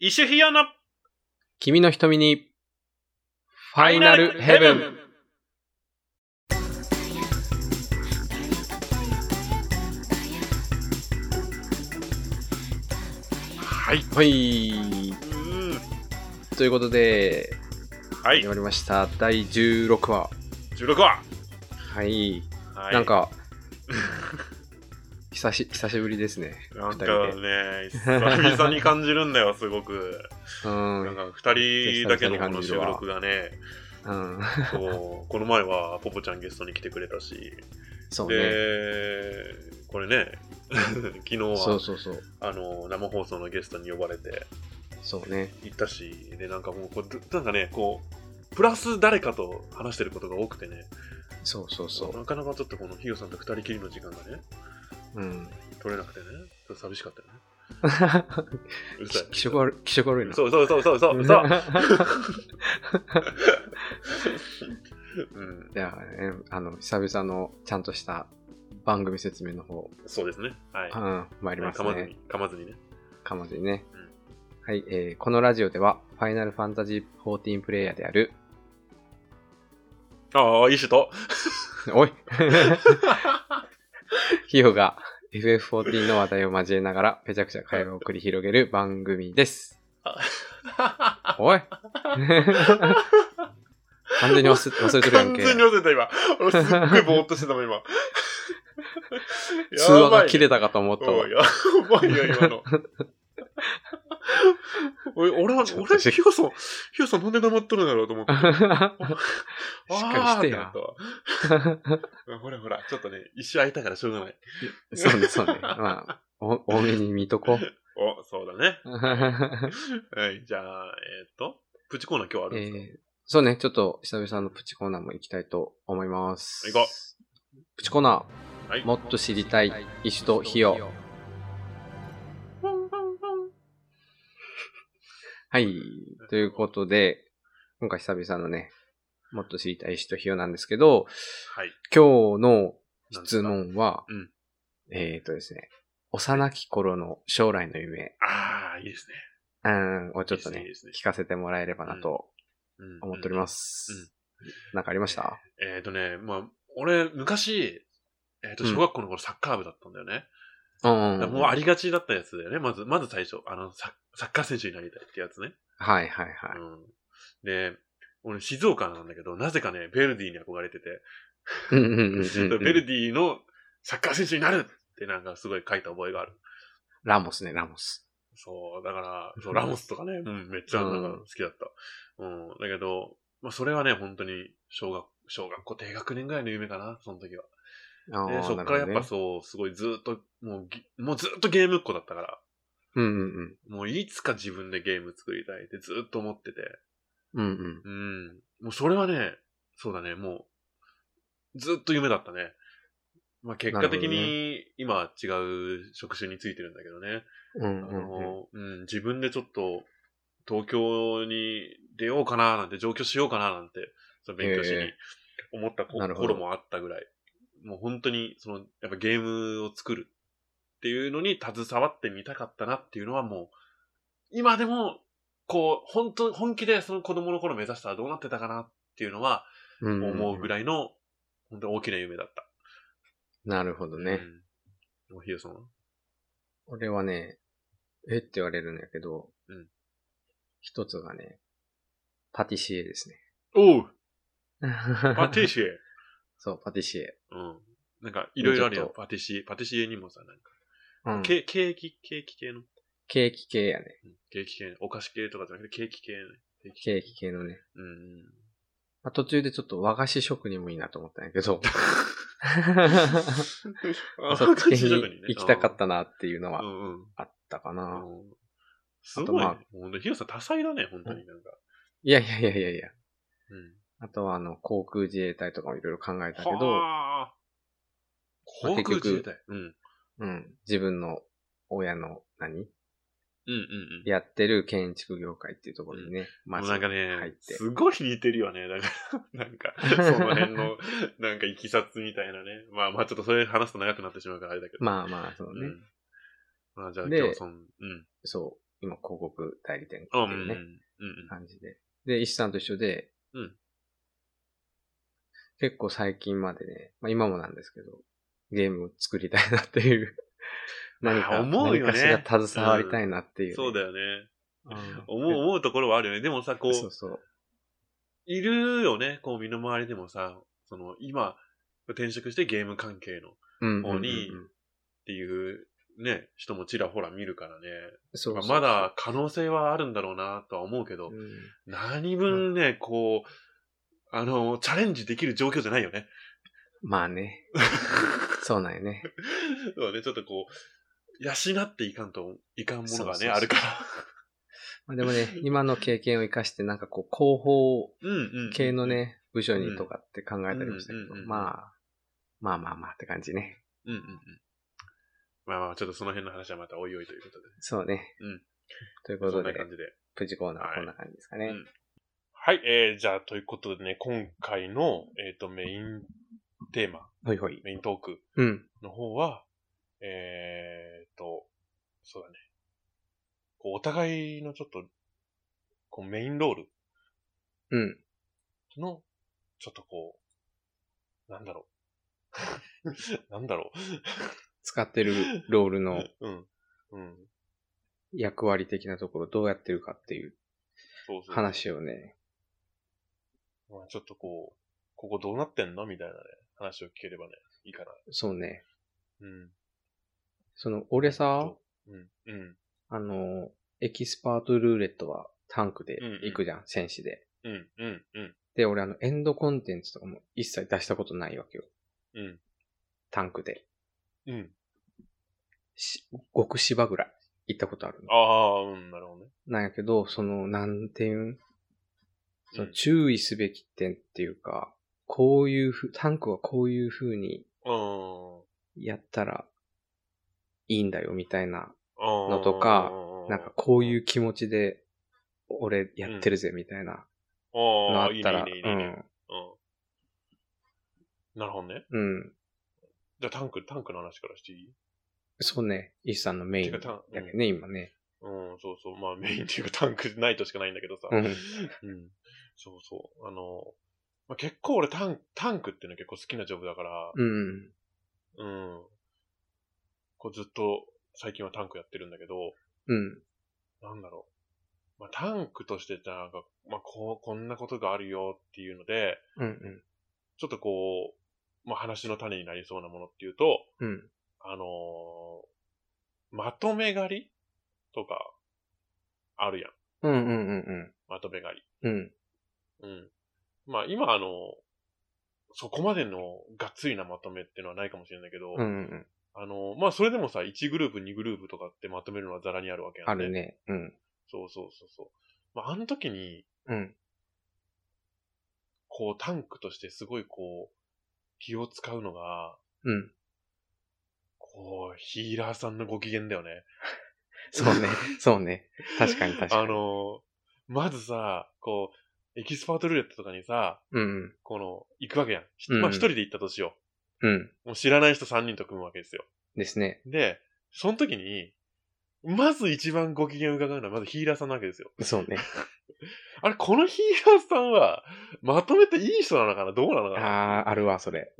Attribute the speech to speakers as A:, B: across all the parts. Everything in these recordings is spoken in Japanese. A: イシュヒヨのフ
B: 君の瞳に、ファイナルヘブン。。
A: はい。
B: はい。
A: うん。
B: ということで、
A: はい
B: 始。まりました。第16話。
A: 16話。
B: はい。
A: はい、
B: なん、か、久し、久しぶりですね。
A: なんか
B: 二人
A: ね、久々に感じるんだよ、すごく。
B: う
A: なん
B: ん。
A: か、二人だけのこの収録がね、
B: うん。
A: そう、この前はポポちゃんゲストに来てくれたし、
B: そうね。
A: で、これね、 昨日は
B: そうそうそう。
A: あの生放送のゲストに呼ばれて
B: そうね。
A: 行ったし、で、なんかもうこう、なんかね、こう、プラス誰かと話してることが多くてね、
B: そうそうそ
A: なかなかちょっとこのヒヨさんと二人きりの時間がね、
B: う。うん。
A: 取れなくてね、ちょっと寂しかったよね。うるさい。
B: 気気色悪い、気色悪い な。
A: そうそうそうそうそう。そう うん、
B: じゃあ、えあの、久々のちゃんとした番組説明の方、
A: そうですね。はい。
B: うん、参ります
A: 噛まず
B: ね。
A: に、噛まずにね。
B: かまずにね。はい、えーこのラジオでは、ファイナルファンタジー14プレイヤーである、
A: ああ、いい人と。
B: おい ヒヨが FF14 の話題を交えながら、ぺちゃくちゃ会話を繰り広げる番組です。おい 完全に忘れ忘れてるやん
A: 完
B: け。
A: 全に忘れた今。俺すっごいぼーっとしてたもん今。
B: 通話が切れ
A: た。
B: たかと思ったわ
A: おい。やばいよ今 の。俺、俺は、
B: ちょっ
A: 俺、
B: と
A: ヒヨさん、ヒヨさんなんで黙っとるんだろうと思って。
B: しっかりして
A: あーって。
B: や
A: なった わほらほら、ちょっとね、一瞬空いたからしょうがない。
B: そうね、そうね。まあ、お多めに見とこう。
A: お、そうだ ね。
B: え
A: はい、じゃあ、えーっと、プチコーナー今日あるんですか、
B: ーそうね、ちょっと久々のプチコーナーも行きたいと思います。
A: 行こ
B: プチコーナ
A: はい
B: ー、もっと知りたい、石と費用。はい、ということで、今回久々のね、もっと知りたい石と費用なんですけど、
A: はい。
B: 今日の
A: なんです
B: 質
A: か。
B: 問は、
A: うん
B: えっ、とですね、幼き頃の将来の夢、
A: ああ、いいですね。
B: うん、をちょっと
A: いい
B: ね
A: ですねいいです
B: 聞かせてもらえればなと
A: うん
B: 思っております。
A: うんうん
B: なんかありました
A: えーっ、とね、まあ、俺、昔、えーっ、と、
B: うん
A: 小学校の頃サッカー部だったんだよね。
B: うん
A: だからもうありがちだったやつだよね。まず、まず最初、あの、サッサッカー選手になりたいってやつね。
B: はいはいはい。
A: うん。で、俺、静岡なんだけど、なぜかね、ベルディに憧れてて、
B: うんうんうんうん
A: ベルディのサッカー選手になるってなんかすごい書いた覚えがある。
B: ラモスね、ラモス。
A: そう、だから、そうラモスとかね、うん、めっちゃなんか好きだった。うん、だけど、まあそれはね、本当に小学、小学校低学年ぐらいの夢かな、その時は。
B: あ
A: で、
B: ー
A: そっからやっ
B: なるほど
A: ぱ
B: ね
A: そう、すごいずっと、もうぎ、もうずっとゲームっ子だったから、
B: うんうん
A: もういつか自分でゲーム作りたいってずっと思ってて、
B: うん。うんうん。
A: うん、もうそれはね、そうだね、もう、ずっと夢だったね。まあ結果的
B: なるほど
A: に、今は違う職種についてるんだけどね。
B: うん
A: あ
B: うんうん。
A: の、うん、自分でちょっと、東京に出ようかななんて、上京しようかななんて、その勉強し
B: へ
A: に
B: え
A: 思ったこ
B: なるほど
A: 頃もあったぐらい、もう本当に、その、やっぱゲームを作るっていうのに携わってみたかったなっていうのはもう、今でも、こう、本当、本気でその子供の頃目指したらどうなってたかなっていうのは、
B: うんんん
A: 思うぐらいの、本当に大きな夢だった。
B: なるほどね。
A: うん。おひよさんは
B: 俺はね、えって言われるんやけど
A: うん、
B: 一つがね、パティシエですね。
A: おうパティシエ
B: そう、パティシエ。
A: うん。なんか、いろいろある
B: ち
A: よ
B: ょっ。と
A: パティシエ、パティシエにもさ、なんか、
B: うん
A: ケケーキ、ケーキ系の、
B: ケーキ系やね。
A: うんケーキ系、お菓子系とかじゃなくて、ケーキ系の、ケーキ系。
B: ケーキ系のね。
A: うん うん。
B: まあ途中でちょっと和菓子職人もいいなと思ったんや けど、
A: あ
B: そっち系に
A: 職人ね
B: 行きたかったなっていうの
A: う
B: は
A: んうん。
B: あったか
A: う
B: な。
A: んすごいね
B: あとま。
A: ほんと、ヒロさん多彩だね、本当になんか。
B: いやいやいやいやいや。
A: うん。
B: あとは、あの、航空自衛隊とかもいろいろ考えたけど、
A: はあ
B: まあ
A: 航空
B: 結局
A: 自衛隊。うん。うん
B: うん、自分の親の
A: う
B: 何
A: んうん。
B: やってる建築業界っていうところにね、ま
A: もう
B: ず
A: なんかね
B: 入っ、て。
A: すごい似てるよね。だから、 なんか、その辺 の、なんか、いきさつみたいなね。まあまあ、ちょっとそれ話すと長くなってしまうからあれだけど。
B: まあまあ、そうね、
A: うんまあじゃあ
B: で
A: 今日はその、うん。
B: そう。今広告代理店って
A: うんうんう
B: い
A: ん
B: うね、感じで。で、石さんと一緒で、
A: うん
B: 結構最近までね、まあ今もなんですけど、ゲームを作りたいなっていう、何か、
A: あ思うよね
B: 何かしら携わりたいなっていうう、
A: ん。そうだよね。
B: うん
A: 思う、思うところはあるよね。でもさ、こ
B: そう
A: う、
B: そう。
A: いるよね。こう、身の回りでもさ、その、今、転職してゲーム関係のっ
B: うん
A: 方に
B: うんうんうん
A: ていう、ね、人もちらほら見るからね。
B: そうそうそう
A: まあまだ可能性はあるんだろうなとは思うけど、
B: うん
A: 何分ね、こう、あの、チャレンジできる状況じゃないよ ね。
B: まあね。そうなんよね。
A: そうね、ちょっとこう、養っていかんといかんものがね、
B: そうそうそう
A: あるから。
B: まあでもね、今の経験を生かして、なんかこう、広報
A: うんうん。
B: 系の。ね、部署にとかって考えたりもしたけ
A: うんうん
B: ど
A: うんう、ん
B: まあ、まあまあまあって感じね。
A: うんうんうん。まあまあ、ちょっとその辺の話はまたおいおいということで。
B: そうね。
A: うん
B: ということ
A: そん
B: で
A: な、感じで。
B: プチコーナー
A: は
B: はいこんな感じですかね。
A: うんはい、えー、じゃあ、ということでね、今回の、えっ、と、メインテーマ、
B: ほいほい。
A: メイントーク
B: うん。
A: の方は、えー、と、そうだね。こう、お互いのちょっと、こう、メインロール
B: うん。
A: の、ちょっとこう、なんだろう。 なんだろ
B: 使ってるロール
A: う。
B: の
A: うん。うん。
B: 役割的なところどうやってるかっていう
A: そうそう。。
B: 話をね。
A: まあ、ちょっとこう、ここどうなってんのみたいなね、話を聞ければね、いいかな。
B: そうね。
A: うん。
B: その、俺さ、
A: うん。うん。
B: あの、エキスパートルーレットはタンクで行くじゃん、戦士で。
A: うん。うん。うん。
B: で、俺あの、エンドコンテンツとかも一切出したことないわけよ。
A: うん。
B: タンクで。
A: うん。
B: し、極芝ぐらい行ったことあるの。
A: ああ、うん、なるほどね。
B: なんやけど、その、なんていうん、その
A: うん
B: 注意すべき点っていうか、こういうふう、タンクはこういう風に
A: う
B: やったらいいんだよみたいな、
A: ん。
B: のとか
A: う
B: なんかこういう気持ちで俺やってるぜみたいなのあ
A: ああ、
B: っ
A: いい
B: た
A: ね、い
B: ら、
A: いうね、いいね。いいね
B: ん、
A: うん。なるほどね。
B: うん、
A: じゃあタンク、タンクの話からしていい
B: そうね、イさんのメインだ
A: てか
B: けどね、今ね。
A: うん、そうそう。まあメインっていうかタンクないとしかないんだけどさ。
B: うん
A: うん。そうそう。あの、まあ、結構俺タン、タンクっていうの結構好きなジョブだから、
B: うん、
A: うん。こうずっと最近はタンクやってるんだけど、
B: うん、
A: なんだろう。まあタンクとしてなんか、まあこう、こんなことがあるよっていうので、
B: うん、
A: ちょっとこう、まあ話の種になりそうなものっていうと、
B: うん、
A: あのーまとめ狩りとか、あるやん。
B: うん、うん、うん、うん、
A: まとめ狩り。
B: うん、
A: うん。まあ今あの、そこまでのがっつりなまとめっていうのはないかもしれないけど、
B: うん、うん、
A: あの、まあそれでもさ、1グループ、2グループとかってまとめるのはザラにあるわけやん、
B: ある。ね、うん、
A: そうそうそうそう。まああの時に、
B: うん、
A: こうタンクとしてすごいこう、気を使うのが、
B: うん、
A: こう、ヒーラーさんのご機嫌だよね。
B: そうね、そうね、確かに確か に。
A: あの、まずさ、こう、エキスパートルーレットとかにさ、
B: うん、
A: この、行くわけやん。ひ
B: うん
A: まあ一人で行ったとしよ
B: うん、
A: う。もう知らない人3人と組むわけですよ。
B: ですね、
A: で、その時に、まず一番ご機嫌伺うのはまずヒーラーさんなわけですよ。
B: そうね。
A: あれ、このヒーラーさんは、まとめていい人なのかなどうなのかな
B: ああ、あるわ、それ。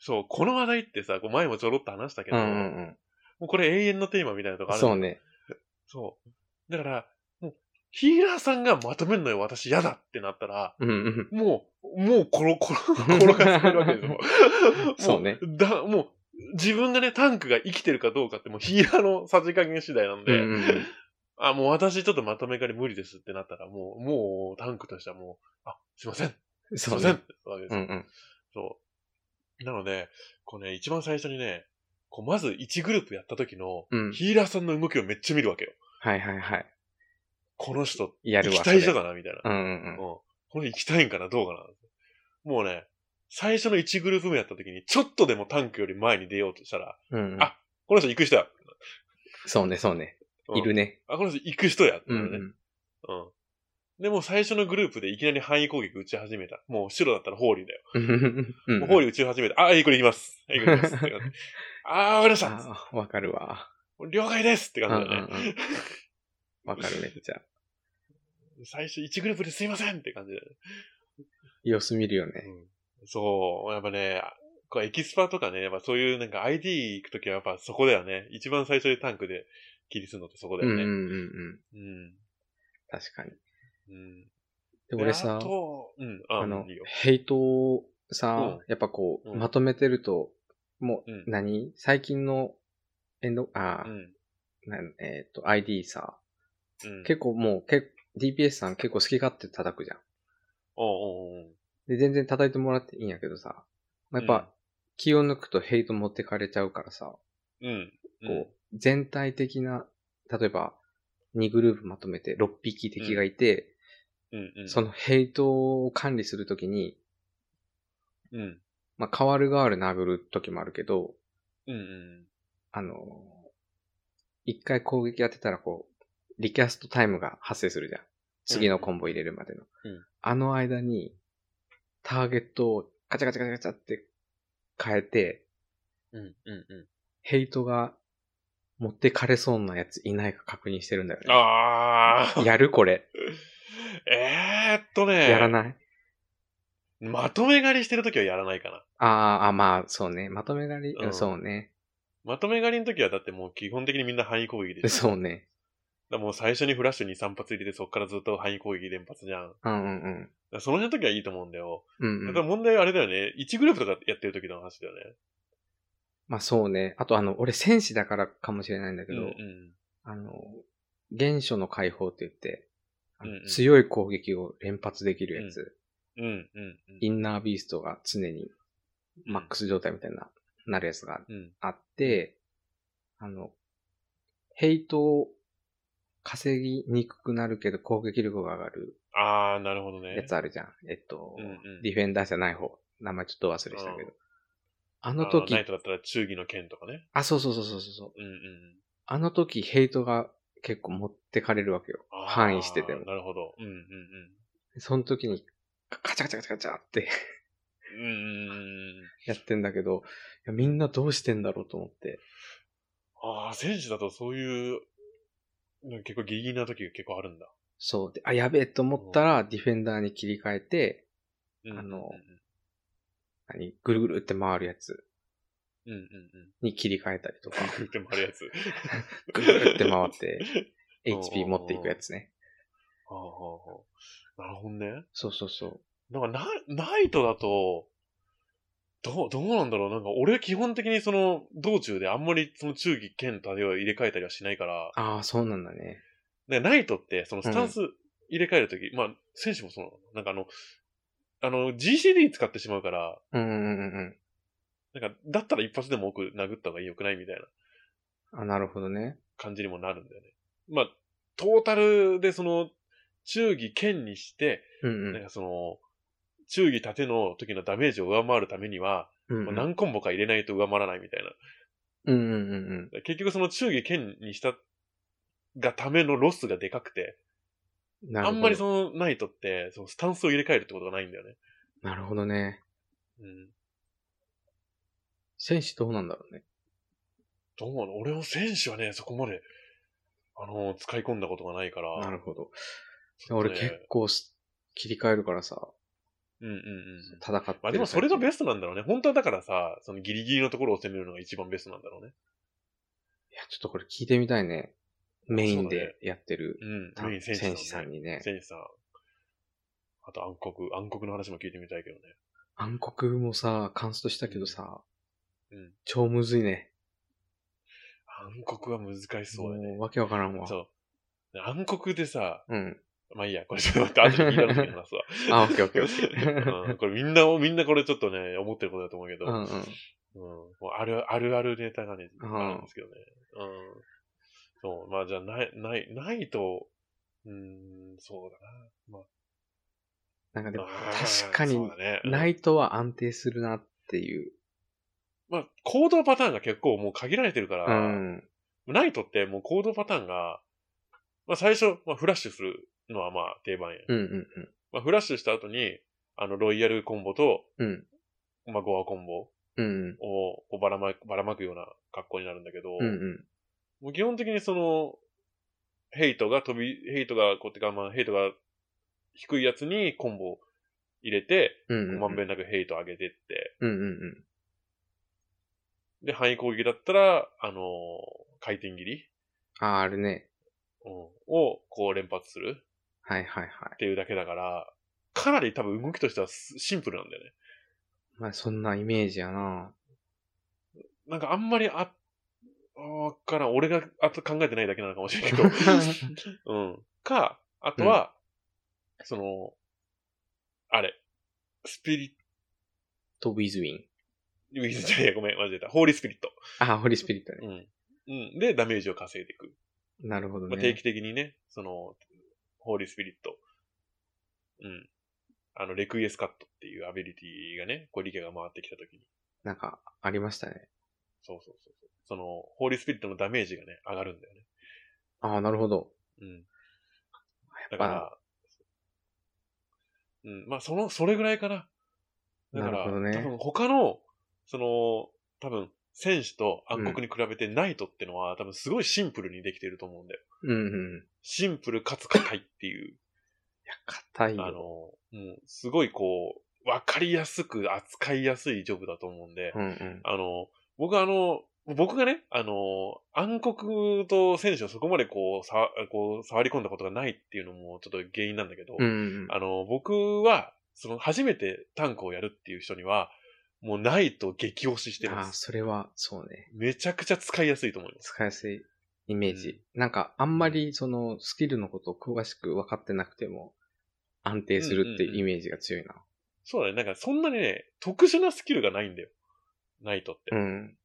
A: そう、この話題ってさ、こう前もちょろっと話したけ
B: う
A: ど、
B: ん、うん、
A: もうこれ永遠のテーマみたいなとこ
B: う
A: あ
B: ん、
A: るの
B: そうね。
A: そう。だから、もう、ヒーラーさんがまとめるのよ、私嫌だってなったら、
B: うん、うん、
A: もう、もう転、 転、転がされるわけですよ。もう
B: そうね。
A: だ、もう、自分がね、タンクが生きてるかどうかって、もうヒーラーのさじ加減次第なん
B: う
A: で、
B: ん、うん、
A: あ、もう私ちょっとまとめ狩り無理ですってなったら、もう、もう、タンクとしてはもう、あ、すいません、す
B: うん
A: い
B: そ
A: ま
B: う
A: せんっ
B: ね。
A: てわけです
B: う
A: よ
B: ん、うん、
A: そう。なので、こうね、一番最初にね、こう、まず1グループやった時の、
B: うん、
A: ヒーラーさんの動きをめっちゃ見るわけよ。
B: はい、はい、はい。
A: この人、
B: やる
A: 行
B: わ、
A: き
B: そ
A: た
B: れ。
A: い人
B: う
A: かなみたいな。
B: ん、うん、うん。
A: うん。これ行きたいんかなどうかなもうね、最初の1グループ目やった時に、ちょっとでもタンクより前に出ようとしたら、
B: うんうん
A: あこの人行く人や。
B: そうね、そうね。
A: うん
B: いるね。
A: あ、この人行く人や。って
B: う
A: なんるね。うん。でも最初のグループでいきなり範囲攻撃打ち始めた。もう白だったらホーリーだよ。
B: うん。うん
A: もうホーリー打ち始めた。あ、いい、これ行きます。はい、これ行きますって 感じ。あー、わかりました
B: あーわかるわ。
A: 了解ですって
B: うんう
A: 感じだね。
B: んわかるめっちゃ。
A: 最初1グループですいませんって感じで。
B: 様子見るよね。
A: そう、やっぱね、こうエキスパとかね、やっぱそういうなんか ID 行くときはやっぱそこだよね。一番最初でタンクで切りするのってそこだ
B: うん
A: よ
B: うんう
A: ね。
B: んうん。
A: うん。
B: 確かに。
A: うん。
B: で、俺
A: あ
B: さ、
A: と、うん、あ
B: あの
A: いいよ、
B: ヘイトをさ
A: う、
B: やっぱこ
A: う
B: う、
A: ん
B: まとめてると、も
A: うん
B: う、何最近の、エンド、あ
A: う
B: ー、
A: ん。
B: なんえっと、ID さ、
A: うん。
B: 結構もう、け DPS さん結構好き勝手叩くじゃん。
A: おうおうおう
B: で、全然叩いてもらっていいんやけどさ、まあやっ
A: うん
B: ぱ、気を抜くとヘイト持ってかれちゃうからさ、
A: うん。
B: こう、全体的な、例えば、2グループまとめて6匹敵がいて、
A: うん。うん。
B: そのヘイトを管理するときに、
A: うん。
B: まあ、変わる変わる殴るときもあるけど、
A: うん。うん。
B: あの、一回攻撃当てたらこう、リキャストタイムが発生するじゃん。次のコンボ入れるまでの。
A: うん
B: あの間に、ターゲットをカチャカチャカチャカチャって変えて、
A: うん。うん。うん。
B: ヘイトが持ってかれそうなやついないか確認してるんだよね。
A: ああ。
B: やるこれ。
A: えーっとね。
B: やらない
A: まとめ狩りしてるときはやらないかな。
B: あーあ、まあ、そうね。まとめ狩り、
A: うん
B: うんそうね。
A: まとめ狩りのときはだってもう基本的にみんな範囲攻撃でしょ。
B: そうね。
A: だからもう最初にフラッシュ2、3発入れてそっからずっと範囲攻撃連発じゃん。だか
B: うんうんうん。
A: らその辺のときはいいと思うんだよ。
B: うん、
A: た
B: う
A: だ
B: ん。
A: 問題はあれだよね。1グループとかやってるときの話だよね。
B: まあそうね。あとあの、俺戦士だからかもしれないんだけ
A: う
B: ど、
A: んうん。
B: あの、原初の解放って言って、あの
A: うんうん
B: 強い攻撃を連発できるやつ、
A: うんうんうん。
B: インナービーストが常にマックス状態みたいな、なるやつが
A: うん。
B: あって、あの、ヘイトを稼ぎにくくなるけど攻撃力が上がる
A: あー、なるほどね。
B: やつあるじゃん。えっと、
A: うんうん
B: ディフェンダーじゃない方。名前ちょっと忘れしたけ
A: う
B: ど。あ
A: あ
B: の時
A: ナ、イトだったら忠義の剣とかね。
B: あ、そうそうそうそうそう。
A: うんうん。
B: あの時ヘイトが結構持ってかれるわけよ。
A: あー
B: 範囲してても。
A: なるほど。うんうん
B: その時に、カチャカチャカチャカチャって
A: う ん。うんうんうん。
B: やってんだけど、いやみんなどうしてんだろうと思って。
A: ああ、戦士だとそういう、なんか結構ギリギリな時が結構あるんだ。
B: そう。で、あ、やべえと思ったら、ディフェンダーに切り替えて、
A: うん
B: あの何ぐるぐるって回るやつ
A: うんうんうん。
B: に切り替えたり とか、
A: 食ってもある やつ。
B: ぐるぐるって回って、
A: うん
B: HP 持っていくやつね。
A: はあはあはあなるほどね。
B: そうそうそう。
A: なんかな、ナイトだと、どう、どうなんだろうなんか俺基本的にその道中であんまりその忠義剣と盾を入れ替えたりはしないから、
B: ああ、そうなんだね。
A: ね、ナイトって、そのスタンス入れ替えるとき、まあ、選手もそうなの。なんかあの、あの、GCD 使ってしまうから、
B: うんうんうんうん。
A: なんか、だったら一発でも多く殴った方が良くないみたいな
B: あ、なるほどね。
A: 感じにもなるんだよね。まあ、トータルでその、忠義剣にして、
B: うんう
A: なん
B: ん
A: かその、忠義盾の時のダメージを上回るためには、
B: う
A: ま
B: んう
A: あ
B: ん。
A: 何コンボか入れないと上回らないみたいな。だか
B: うんうんうんうん。
A: ら結局その忠義剣にしたがためのロスがでかくて、
B: なる
A: あ
B: ほど
A: んまりそのナイトって、そのスタンスを入れ替えるってことがないんだよね。
B: なるほどね。
A: うん。
B: 戦士どうなんだろうね。
A: どうなの俺も選手はね、そこまで、あの使い込んだことがないから。
B: なるほど。
A: ちょっと
B: 俺
A: ね
B: 結構す切り替えるからさ、
A: うんうんうんうん。
B: 戦ってる。
A: まあでもそれがベストなんだろうね。本当はだからさ、そのギリギリのところを攻めるのが一番ベストなんだろうね。
B: いや、ちょっとこれ聞いてみたいね。メイ
A: そ
B: ン
A: うだね
B: でやってる、
A: う
B: た
A: ん。メイン選手
B: 戦士さん
A: に。
B: にね。
A: 選手さん。あと暗黒、暗黒の話も聞いてみたいけどね。
B: 暗黒もさ、カンストしたけどさ、
A: うん
B: 超むずいね。
A: 暗黒は難しそうだね。
B: もうわけわからんわ。
A: そう。暗黒でさ、
B: うん。
A: まあいいや、これちょっと待って、後で聞いた時に話 すわ。
B: あ、オッケーオッケーオッ ケー。
A: うん、これみんな、みんなこれちょっとね、思ってることだと思うけど、
B: うんうん。
A: うんもうあるあるあるネタがね、
B: うん
A: あるんですけどね。うん。そう、まあじゃあ、ない、ない、ないと、うーん、そうだな。
B: なんかで
A: ま
B: も
A: あ、、
B: 確かに
A: そう、だね
B: ナ
A: うん
B: イトは安定するなっていう。
A: まあ、行動パターンが結構もう限られてるから、
B: うん。
A: ナイトってもう行動パターンが、まあ最初、まあフラッシュするのはまあ定番や。
B: うんうん
A: まあフラッシュした後に、あの、ロイヤルコンボと、
B: うん。うん。
A: まあゴアコンボ
B: うん。
A: をこうばらまばらまくような格好になるんだけど、
B: うんうん。
A: もう基本的にその、ヘイトが飛び、ヘイトが、こうやって我慢、ヘイトが低いやつにコンボ入れて、
B: うんうんうん。
A: まんべんなくヘイト上げてって、
B: うんうんうん。
A: で、範囲攻撃だったら、あのー回転切り、
B: ああ、あるね。
A: うんを、こう連発する
B: はいはいはい。
A: っていうだけだから、かなり多分動きとしてはすシンプルなんだよね。
B: まあ、そんなイメージやな。
A: なんかあんまりあ、あわからん。俺があと考えてないだけなのかもしれない けど。うん。か、あとは、その、あれ、スピリ
B: 飛びズウィ
A: ッ
B: ン。
A: ト、ウィズじゃねえやごめん、間違えた。ホーリースピリット。
B: ああ、ホリスピリットね。
A: うん。うん。で、ダメージを稼いでいく。
B: なるほど
A: まあ、
B: ね。
A: 定期的にね、その、ホーリースピリット。うん。あの、レクイエスカットっていうアビリティがね、こう、リケが回ってきたときに。
B: なんか、ありましたね。
A: そうそうそうそう。その、ホーリースピリットのダメージがね、上がるんだよね。
B: ああ、なるほど。
A: うん。
B: や
A: だか
B: っぱ、
A: ら、うん、まあ、その、それぐらいかな。だか
B: なる
A: ら、
B: ほどね
A: 多分他の、その、多分、戦士と暗黒に比べてナイトってのは、多分すごいシンプルにできてると思うんだよ。
B: うんうん。い
A: シンプルかつ硬いっていう、
B: や、硬い
A: あの、
B: よ。
A: もう、すごいこう、わかりやすく扱いやすいジョブだと思うんで、
B: うんうん。
A: あの、僕あの、僕がね、あの、暗黒と戦士をそこまでこう、さこう触り込んだことがないっていうのもちょっと原因なんだけど、
B: うんうん。
A: あの、僕は、その、初めてタンクをやるっていう人には、もうないと激推しして
B: あ
A: ま
B: あ、
A: す。
B: それは、そうね。
A: めちゃくちゃ使いやすいと思います。
B: 使いやすいイメージ。なんか、あんまり、その、スキルのことを詳しく分かってなくても、安定するっていうイメージが強いな。
A: そうだね。なんか、そんなにね、特殊なスキルがないんだよ。ナイトって
B: う。ん。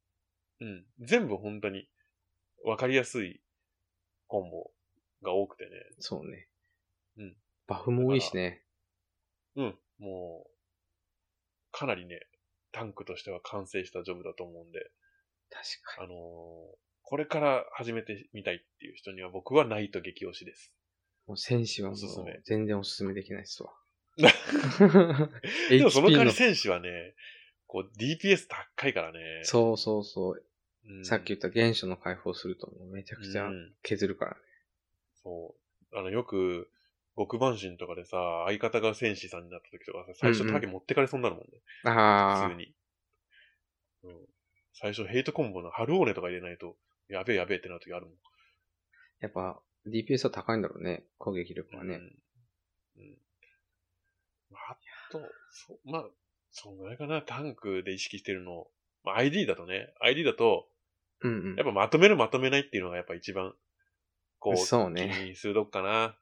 A: うん。全部本当に、わかりやすいコンボが多くてね。
B: そうね。
A: うん。
B: バフも多いしね。
A: うん。もう、かなりね、タンクとしては完成したジョブだと思うんで、
B: 確か
A: あのーこれから始めてみたいっていう人には僕はナイト激推しです。
B: に。もう戦士はもう
A: おすすめ、
B: 全然おすすめできないっす わ。
A: でもその代わ
B: HP
A: り選手はね、こう DPS 高いからね。
B: そうそうそう。
A: うん
B: さっき言った原初の解放するともうめちゃくちゃ
A: うん
B: 削るからね。
A: そう。あの、よく、極番神とかでさ、相方が戦士さんになった時とかさ、最初ターゲ持ってかれそうになるもんね。
B: あ
A: 普通に。うん。最初ヘイトコンボのハルオーネとか入れないと、やべえやべえってなる時あるもん。
B: あ、やっぱ DPS は高いんだろうね。攻撃力はね。
A: うん。うん。まああと、そ、まあ、そんぐらいかな、タンクで意識してるの。まあ、ID だとね、ID だと、
B: うんうん。
A: やっぱまとめるまとめないっていうのがやっぱ一番、こう、
B: そうね
A: 気にするとこかな。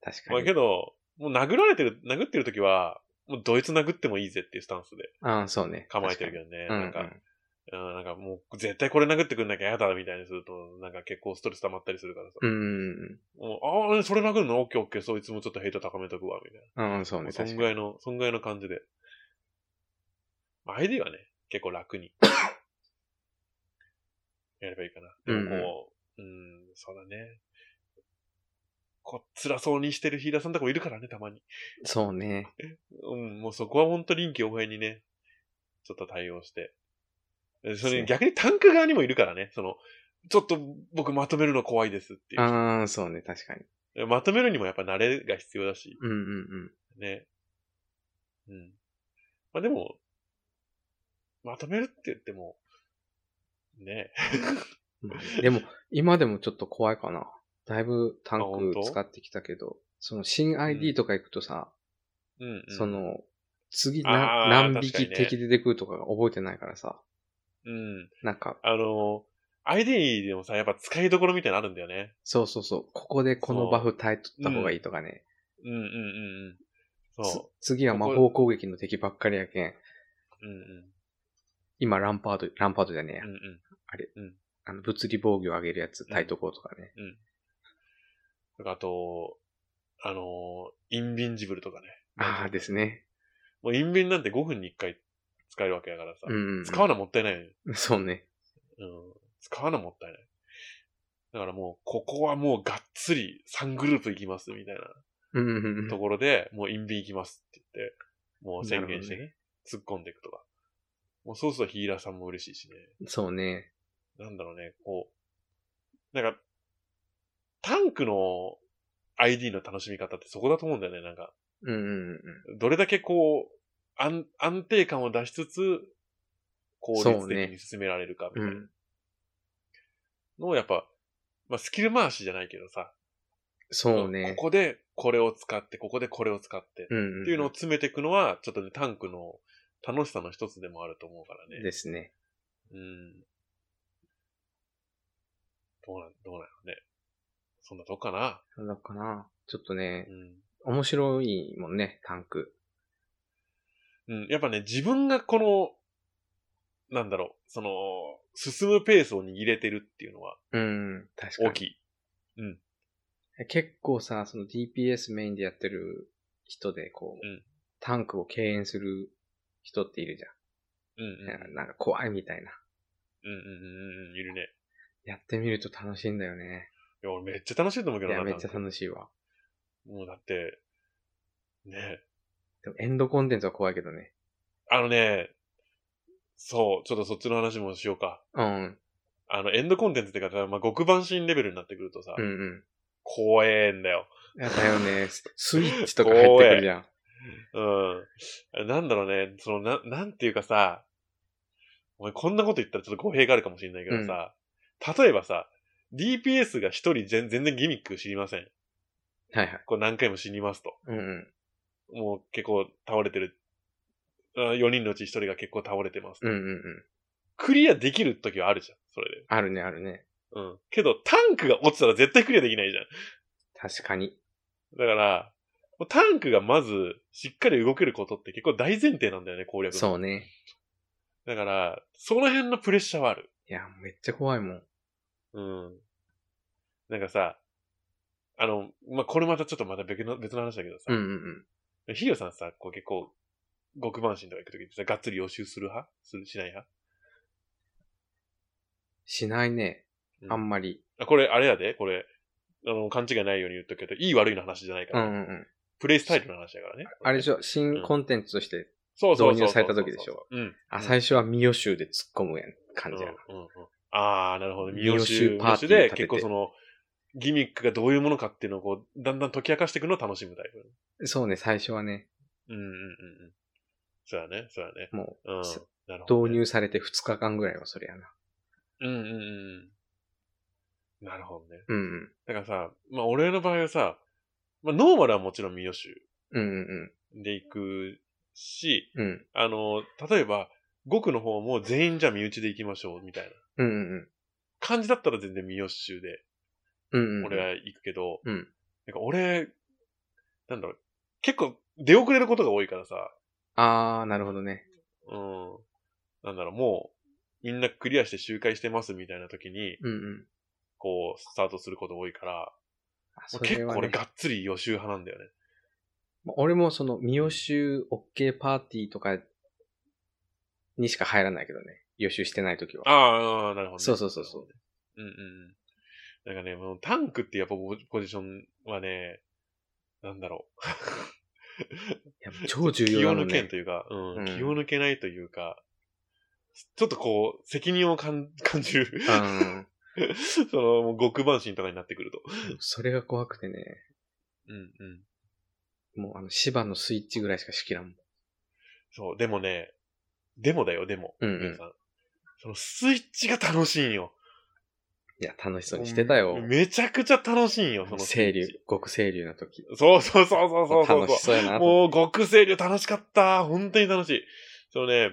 B: 確
A: ま
B: か
A: あ
B: に
A: け。ど、もう殴られてる、殴ってる時は、もうドイツ殴ってもいいぜっていうスタンスで
B: ああ、そうね。
A: 構えてる
B: 確
A: けどね。
B: かに
A: なん
B: うんう
A: か、
B: ん。
A: うん、なんかもう絶対これ殴ってくんなきゃやだみたいにすると、なんか結構ストレス溜まったりするからさ。
B: うん
A: もうああ、それ殴るのオッケーオッケー、そいつもちょっとヘイト高めとくわ、みたい
B: うんうん。うん、そ
A: な。
B: う
A: も
B: ね。
A: うそ
B: 確
A: ん
B: か
A: ぐ
B: に。
A: らいの、そんぐらいの感じで。まあ、ID はね、結構楽 に。やればいいかな。でもこう、うん、そうだね。こう、辛そうにしてるヒーラーさんとかもいるからね、たまに。
B: そうね。
A: うん、もうそこは本当臨機応変にね、ちょっと対応して。でそ
B: そう
A: れに逆にタンク側にもいるからね、その、ちょっと僕まとめるの怖いですっていう
B: ああ、そうね。確かに。
A: 人。まとめるにもやっぱ慣れが必要だし、
B: うんうん
A: ね。うん。まあでも、まとめるって言っても、ね。
B: うんまあ。でも、今でもちょっと怖いかな。だいぶタン
A: あ本
B: ク
A: 当
B: 使ってきたけど、その新 ID とか行くとさ、
A: うん、うん。
B: そ、の、次
A: あ
B: な
A: ー確
B: 何
A: かに
B: 匹
A: ね
B: 敵出てくるとかが覚えてないからさ。
A: うん。
B: なんか、
A: あの、ID でもさ、やっぱ使いどころみたいなのあるんだよね。
B: そうそうそう。ここでこのバフ耐えとった方がいいとかね。
A: うんうんうんうん。
B: つ
A: そ
B: 次は魔
A: ここ
B: 法攻撃の敵ばっかりやけん。
A: う。うんうん。
B: 今ランパード、ランパードじゃねえや。
A: うんうん。
B: あの、物理防御を上げるやつ耐えとこうとかね。
A: とかあと、あのー、インビンジブルとかね。
B: ああですね。
A: もうインビンなんて5分に1回使えるわけだからさ。
B: うん。
A: 使わなもったいないよね、
B: そうね。
A: うん。使わなもったいない。だからもう、ここはもうがっつり3グループ行きます、みたいな
B: うんうんうん。
A: ところで、もうインビン行きますって言って、もう宣言してね、
B: な
A: 突っ込んでいくとか。もうそうするとヒーラーさんも嬉しいしね。
B: そうね。
A: なんだろうね、こう。なんか、タンクの ID の楽しみ方ってそこだと思うんだよね、なんか。
B: うんうんうん。
A: どれだけこう、安、安定感を出しつつ、効率的に進められるかみたいな
B: うん
A: のをやっぱ、まあスキル回しじゃないけどさ、
B: そうね。
A: ここでこれを使って、ここでこれを使って、
B: うんんん
A: っていうのを詰めていくのは、ちょっとね、タンクの楽しさの一つでもあると思うからね。
B: ですね。
A: うん。どうなん、どうなんやろね。そんなとこかな。
B: なんだかな。ちょっとね
A: う、ん。
B: 面白いもんね、タンク。
A: うん。やっぱね、自分がこの、なんだろう、その、進むペースを握れてるっていうのは
B: うん、確かに。
A: 大きい。
B: 結構さ、その DPS メインでやってる人で、こう、
A: うん
B: タンクを敬遠する人っているじ
A: うんうん。
B: ゃん。なんか怖いみたいな。
A: うんうんうんうん。いるね。
B: やってみると楽しいんだよね。
A: いや、俺めっちゃ楽しいと思うけ
B: い
A: ど
B: や、
A: な。
B: めっち
A: な
B: ゃ
A: んか
B: 楽しいわ。
A: もうだって、ね。
B: でもエンドコンテンツは怖いけどね。
A: あのね、そう、ちょっとそっちの話もしようか。
B: うん、
A: あの、エンドコンテンツって方は、まあ、極番新レベルになってくるとさ、
B: うん、うん。
A: 怖えんだよ。
B: やだよ ね。ススイッチとか入ってくるじゃん。
A: うん。なんだろうね、その、な、なんていうかさ、お前こんなこと言ったらちょっと語弊があるかもしれないけどさ、例えばさ、DPS が一人全全然ギミック知りません。
B: はいはい。
A: こう何回も死にますと。
B: うん、うん。
A: もう結構倒れてる。4人のうち1人が結構倒れてますと、
B: うん、うん、うん。
A: クリアできる時はあるじゃん、それで。
B: あるね、あるね。
A: うん。けど、タンクが落ちたら絶対クリアできないじゃん。
B: 確かに。
A: だから、もうタンクがまず、しっかり動けることって結構大前提なんだよね、攻略の
B: そうね。
A: だから、その辺のプレッシャーはある。
B: いや、めっちゃ怖いもん。
A: うん。なんかさ、あの、まあ、これまたちょっとまた別の、別の話だけど
B: うん、う
A: さ、
B: ん、うん。
A: ヒヨさんさ、こう結構、極満心とか行くときってさ、がっつり予習する派する、しない派
B: しないね
A: う。ん
B: あんまり。
A: あこれ、あれやで、これ、あの、勘違いないように言っとくけど、いい悪いの話じゃないか
B: う
A: ら、
B: ん、うん、うん。
A: プレイスタイルの話だからね。
B: あれでしょ、新コンテンツとして
A: そうそうそうそう
B: 導入された時でしょ。
A: うん。
B: あ、最初はミヨ州で突っ込むやん、感じやな。
A: うんうんうん、ああ、なるほど。
B: 三
A: 三
B: 好
A: 好
B: パ
A: パ
B: ー
A: ー
B: テ
A: ティー
B: ィー立
A: で
B: てて
A: 結構その、ギミックがどういうものかっていうのをこう、だんだん解き明かしていくのを楽しむタイプ。
B: そうね、最初はね、
A: うんうんうんうん。そうだね、そうだね。
B: も
A: うん
B: そ。
A: なる
B: う
A: ほど、
B: 導
A: ね。
B: 入されて2日間ぐらいはそれやな。
A: うんうんうんうん。なるほどね。
B: うんうん。
A: だからさ、まあ俺の場合はさ、まあノーマルはもちろん三好
B: うんうん
A: で行くし、
B: うん。うん。
A: あの、例えば、5区の方も全員じゃあ身内で行きましょうみたいな
B: うんうん
A: 感じだったら全然三好で
B: うん。うんうん。
A: 俺は行くけど、
B: うん
A: なんか俺、なんだろう、結構出遅れることが多いからさ、
B: あー、なるほどね。
A: うん、なんだろう、もう、みんなクリアして周回してますみたいな時に、
B: うんうん。
A: こう、スタートすること多いから、
B: あ
A: も
B: そう
A: 結
B: れ
A: 構
B: は、
A: 俺
B: ね、
A: がっつり予習派なんだよね。
B: 俺もその、ミヨ州 OK パーティーとかにしか入らないけどね。予習してないときは。
A: ああ、なるほど、ね。
B: そうそうそうそう。
A: うんうんうん。なんかね、もうタンクってやっぱポポジションはね、なんだろ
B: いや
A: う。
B: 超重要な
A: 気を
B: の
A: 抜け
B: ね
A: んと。いうか、うん、
B: うん
A: 気を抜けないというか、ちょっとこう、責任を感感じる。
B: うん。
A: その、もう極蛮心とかになってくると。
B: それが怖くてね。
A: うんうん。
B: もうあの、芝のスイッチぐらいしか仕切らんもん。
A: そう、でもね、でもだよ、でも。
B: うんうん
A: 皆さん。そのスイッチが楽しいんよ。
B: いや、楽しそうにしてたよ。
A: めちゃくちゃ楽しいんよ、そのスイッ
B: 清流
A: チ。、
B: 極清流の時。
A: そうそうそうそうそうそう
B: 楽しそうやなと思って。
A: もう、極清流楽しかった。本当に楽しい。そのね、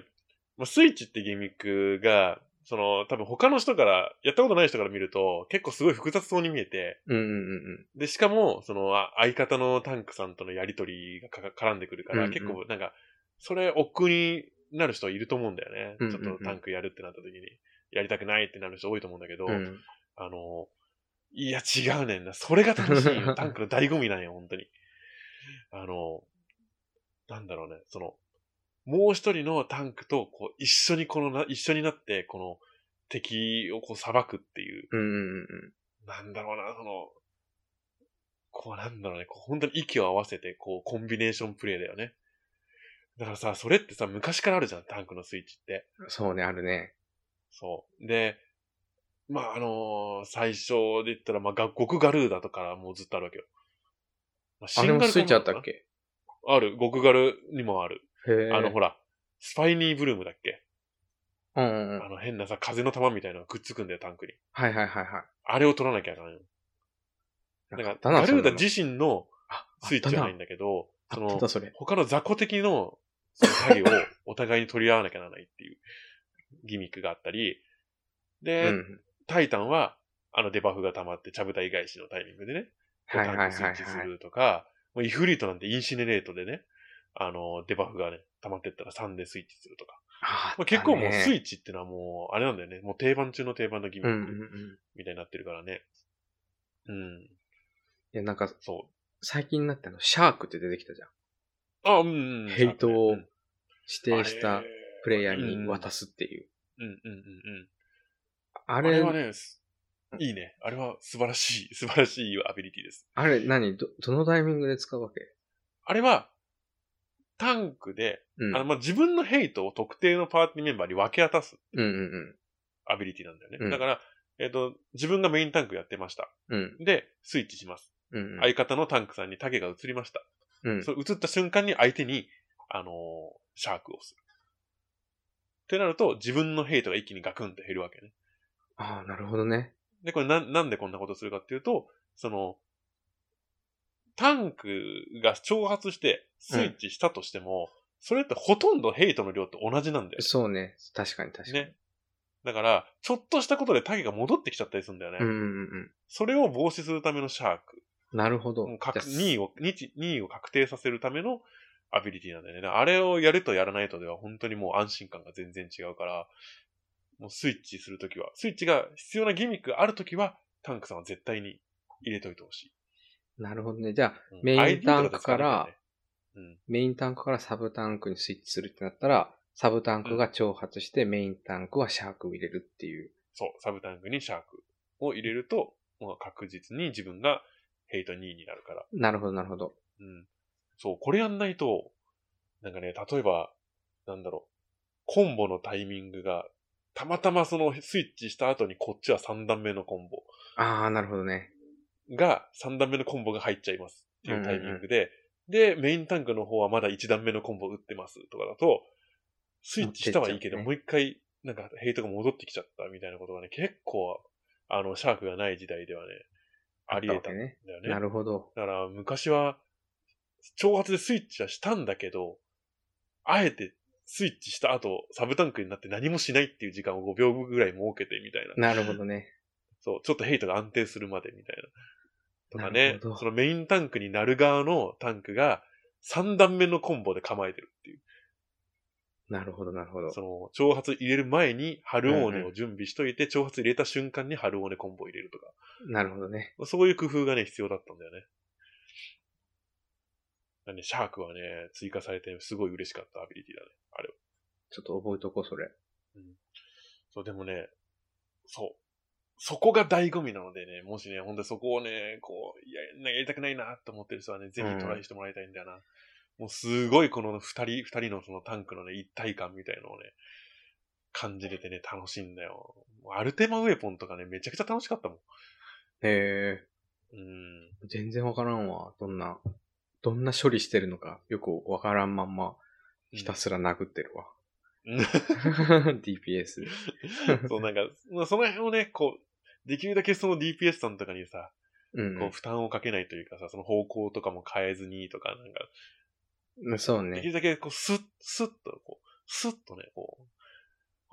A: まあスイッチってギミックが、その、多分他の人から、やったことない人から見ると、結構すごい複雑そうに見えて、
B: うんうんうん
A: で、しかも、その、あ相方のタンクさんとのやりとりがかか絡んでくるから、
B: うんうん
A: 結構、なんか、それ、奥になる人いると思うんだよね。
B: うんうんうん
A: ちょっとタンクやるってなった時に、やりたくないってなる人多いと思うんだけど、
B: うん。うん
A: あの、いや、違うねんな。それが楽しい よ。タンクの醍醐味なんよ、本当に。あの、なんだろうね、その、もう一人のタンクと、こう、一緒にこのな、一緒になって、この、敵をこう、裁くっていう、
B: うんうん
A: なんだろうな、その、こうなんだろうね、こう本当に息を合わせて、こうコンビネーションプレイだよね。だからさ、それってさ、昔からあるじゃん、タンクのスイッチって。
B: うん。そうね、あるね。
A: そう。で、まあ、あのー最初で言ったら、まあ、が極ガルーダとかもうずっとあるわけよ。まあ
B: あれもスイッチあったっ
A: け
B: け
A: ある。極ガルにもある。
B: へえ。
A: あの、ほら、スパイニーブルームだっけ、
B: うんうんうん。
A: あの変なさ、風の玉みたいなのくっつくんだよ、タンクに。
B: はいはいはいは
A: あれを取らなきゃいけない
B: い。
A: なんか、
B: あった
A: ガ
B: な
A: ルーダ
B: そんなの
A: 自身の
B: あ
A: スイッチじゃないん
B: だ。
A: だけど、
B: あ
A: そ
B: ったなあ
A: の
B: った、なそれ。
A: 他の雑魚的の、その影をお互いに取り合わなきゃならないっていうギミックがあったり、
B: う
A: で、
B: ん。
A: タイタンは、あのデバフが溜まって、ちゃぶ台返しのタイミングでね、こう
B: はいはいはい
A: タン
B: は
A: クスイッチす
B: い。
A: るとか、もうイフリートなんてインシネレートでね、あの、デバフがね、溜まってったら3でスイッチするとか。
B: あ
A: まあ、結構もうスイ
B: ッ
A: ッチ
B: チ。
A: ってのはもう、あれなんだよね、もう定番中の定番のギミ
B: うんうん
A: ッ
B: う
A: ク
B: ん。
A: みたいになってるからね。うん、
B: いや、なんか、
A: そ
B: 最近になってあの、シャークって出てきたじゃん。
A: う。あ、うん、うん。
B: ヘイトを指定し
A: あ
B: た
A: れ
B: プレイヤーに渡すっていう。
A: うん、うん、うん、うん。
B: あ
A: あ
B: れ、
A: れ
B: あ
A: は
B: れ,、
A: ね、すいいね。あれは素晴らしい、 素晴らしいアビリティです。
B: 何ど、どのタイミングで使うわけ
A: あれは、タンクで、
B: うん。
A: あの、まあ、自分のヘイトを特定のパーティーメンバーに分け渡す
B: うんうん
A: アビリティなんだよね。
B: うん
A: だから、えっ、と、自分がメインタンクやってました。
B: うん。うん
A: で、スイッチします。
B: うんうん。
A: 相方のタンクさんにタゲが移りました。
B: うん
A: それ移った瞬間に相手に、あのーシャークをする。ってなると、自分のヘイトが一気にガクンと減るわけね。
B: ああ、なるほどね。
A: で、これなん、なんでこんなことするかっていうと、その、タンクが挑発してスイッチしたとしても、それってほとんどヘイトの量って同じなんだよ。
B: そうね。確かに確かに。
A: ね。だから、ちょっとしたことでタゲが戻ってきちゃったりするんだよね。
B: うんうんうん
A: それを防止するためのシャーク。
B: うん。なるほど。
A: 確
B: じゃあ
A: 2位を、2位を確定させるためのアビリティなんだよね。だからあれをやるとやらないとでは本当にもう安心感が全然違うから、もうスイッチするときは、スイッチが必要なギミックがあるときは、タンクさんは絶対に入れといてほしい。
B: なるほどね。じゃあ、
A: うん
B: メインタンク
A: ID と使わ
B: か
A: なきゃ
B: ら
A: ね、、うん。
B: メインタンクからサブタンクにスイッチするってなったら、サブタンクが挑発して、メインタンクはシャークを入れるっていう。
A: そう、サブタンクにシャークを入れると、もう確実に自分がヘイト2位になるから。
B: なるほど、なるほど。
A: うん。そう、これやんないと、なんかね、例えば、なんだろう、コンボのタイミングが、たまたまそのスイッチした後にこっちは3段目のコンボ
B: ああ、なるほどね。
A: が、3段目のコンボが入っちゃいますっていうタイミングで、で、メインタンクの方はまだ1段目のコンボ打ってますとかだと、スイッチしたはいいけど、
B: 持
A: もう一回、なんかヘイトが戻ってきちゃったみたいなことがね、結構、あの、シャークがない時代ではね、あり得たんだよ
B: ね。
A: ね。
B: なるほど。
A: だから昔は、挑発でスイッチはしたんだけど、あえてスイッチした後、サブタンクになって何もしないっていう時間を5秒ぐらい設けてみたいな。
B: なるほどね。
A: そう、ちょっとヘイトが安定するまでみたいな。とか
B: な
A: ね
B: るほど、
A: そのメインタンクになる側のタンクが3段目のコンボで構えてるっていう。
B: なるほど、なるほど。
A: その、挑発入れる前に春オーネ
B: うんう
A: を準備しといて、挑発入れた瞬間に春オーネコンボを入れるとか。
B: なるほどね。
A: そういう工夫がね、必要だったんだよね。なんで、シャークはね、追加されてすごい嬉しかったアビリティだね。
B: ちょっと覚えとこう、それ。
A: そう、でもね、そう。そこが醍醐味なのでね、もしね、ほんとそこをね、こう、いや、なんかやりたくないなって思ってる人はね、ぜひトライしてもらいたいんだよな。もうすごいこの二人、二人のそのタンクのね、一体感みたいのをね、感じれてね、楽しいんだよ。もうアルテマウェポンとかね、めちゃくちゃ楽しかったもん。
B: へえ、
A: うん。
B: 全然わからんわ。どんな、どんな処理してるのか、よくわからんまんま、ひたすら殴っ てるわ。
A: うん
B: DPS。
A: そう、なんか、まあその辺をね、こう、できるだけその DPS さんとかにさ、
B: うん
A: こう、負担をかけないというかさ、その方向とかも変えずにとか、なんか、
B: うん。そう
A: でき
B: ね。
A: るだけこう、スッ、スッと、こう、スッとね、こう、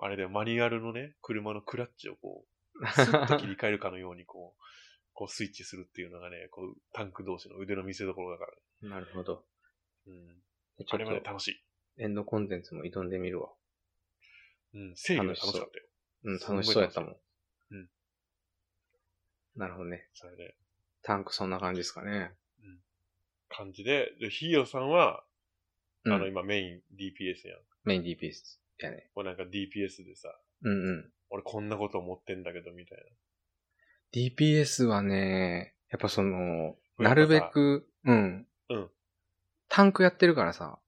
A: あれだよ、マニュアルのね、車のクラッチをこう、スッと切り替えるかのように、こう、 こうスイッチするっていうのがね、こう、タンク同士の腕の見せ所だから、
B: なるほど。
A: うん。
B: ち
A: あ
B: ょ
A: れまで
B: っと
A: 楽しい。
B: エンドコンテンツも挑んでみるわ。
A: うん、整理が楽しかったよ。
B: うん、
A: すごい
B: 楽しそうやったもん。
A: うん。
B: なるほどね。
A: それね。
B: タンクそんな感じですかね。
A: 感じで、で、ヒーヨーさんは、あ
B: う
A: の、
B: ん
A: 今メイン DPS やん。
B: メイン DPS やね。
A: もうなんか DPS でさ、
B: うんうん。
A: 俺こんなこと思ってんだけど、みたい
B: DPS はね、やっぱその、
A: やっぱさ
B: なるべく、うん。
A: うん
B: タンクやってるからさ、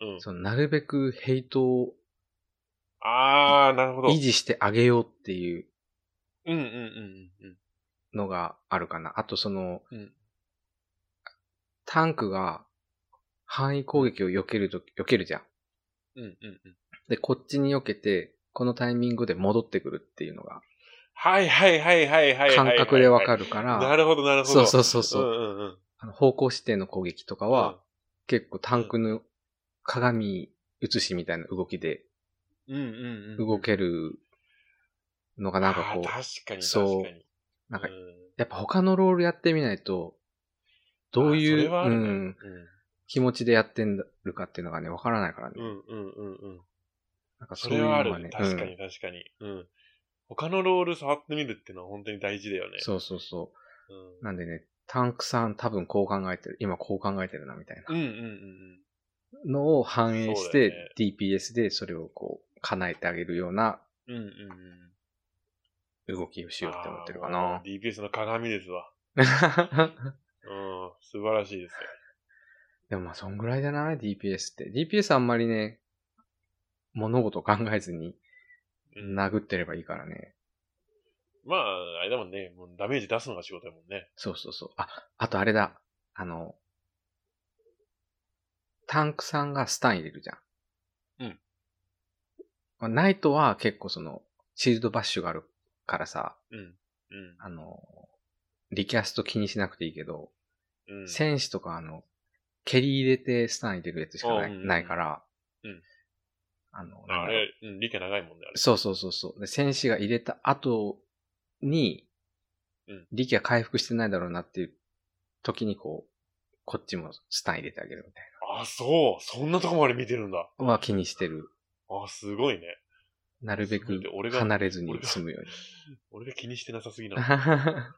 A: な。うん。
B: そのなるべくヘイトを
A: あー、なるほど。
B: 維持してあげようっていう
A: うんうんうんうん。
B: のがあるかな。あとその、
A: うん
B: タンクが範囲攻撃を避けるとき、避けるじゃん。
A: うんうんうん。
B: で、こっちに避けて、このタイミングで戻ってくるっていうのが、
A: はいはいはいはいはいはいはい。
B: 感覚でわか
A: る。
B: るから、
A: なるほどなるほ
B: そ
A: ど。
B: うそうそうそう、
A: んうんうん。
B: あの方向指定の攻撃とかは、結構タンクの鏡映しみたいな動きで
A: うんうんうん。
B: 動けるのがなんかこ
A: あー
B: う、
A: 確かに
B: そ
A: 確
B: う
A: かに。
B: なんか
A: う
B: やっぱ他のロールやってみないと、どう
A: あーそ
B: い
A: れ
B: う、
A: はあ
B: う
A: るね
B: ん、気持ちでやってるかっていうのがね、わからないからね。
A: うんうんうんうんうん。
B: なんか
A: そ
B: そうい
A: れ
B: うの
A: はあ
B: が
A: るね。
B: ね、
A: 確か
B: うん
A: に確かに。うん。他のロール触ってみるっていうのは本当に大事だよね。
B: そうそうそうう。なんでね、タンクさん多分こう考えてる、今こう考えてるなみたい
A: ん。うん
B: な
A: うんうん
B: のを反映し
A: そうだよ
B: て、DPS でそれをこう、叶えてあげるような
A: うん。うんうんうん。
B: 動きをしようって思ってるか
A: あーもう。
B: な
A: DPS の鏡ですわ。うん。素晴らしいですよ。
B: でもまあそんぐらいじゃない ?DPS って。DPS あんまりね、物事を考えずに
A: うん、
B: 殴ってればいいからね。
A: まあ、あれだもんね。もうダメージ出すのが仕事だもんね。
B: そうそうそう。あ、あとあれだ。あの、タンクさんがスタン入れるじゃん。
A: うん
B: まあ。ナイトは結構その、シールドバッシュがあるからさ、あの、リキャスト気にしなくていいけど、
A: うん。うん。
B: 戦士とかあの、蹴り入れてスタン入れるやつしかな
A: あうん
B: い
A: うん
B: ないから、
A: うん
B: あの、
A: ああ
B: なんだろう
A: れ、うん、理解長いもんね、あれ。
B: そうそうそうそう。で、戦士が入れた後に
A: うん、
B: 力が回復してないだろうなっていう時にこう、こっちもスタン入れてあげるみたい
A: あ、そう。そんなとこまで見てるんだ。
B: な。は気にしてる。
A: あ、すごいね。
B: なるべ
A: そう
B: く
A: だって俺が
B: 離れずに済むように。
A: 俺が気にしてなさすぎな。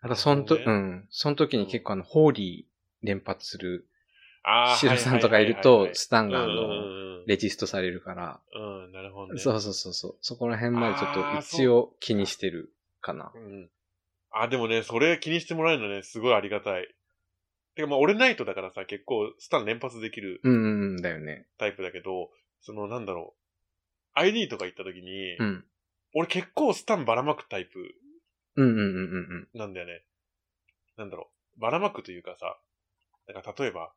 B: あと、そんと、
A: なる
B: う
A: ほど
B: ん。その時に結構あの、ホーリー連発する
A: あー
B: シロさんとかいる
A: ははは
B: と
A: は、い
B: スタンがあ
A: うんう
B: の、
A: ん
B: レジストされるから、
A: うん、うん、なるほどね。
B: そうそうそうそう。そこら辺までちょっ
A: あ
B: と
A: ー
B: 一応気にしてるかな。
A: うん。あ、でもね、それ気にしてもらえるのね、すごいありがたい。てか、まあ、俺ナイトだからさ、結構、スタン連発できる
B: うんうんうん、だよね。
A: タイプだけど、その、なんだろう。ID とか行った時に、
B: うん。
A: 俺結構スタンばらまくタイプ
B: うんうんうんうんうん。
A: なんだよね。なんだろう。ばらまくというかさ、なんか例えば、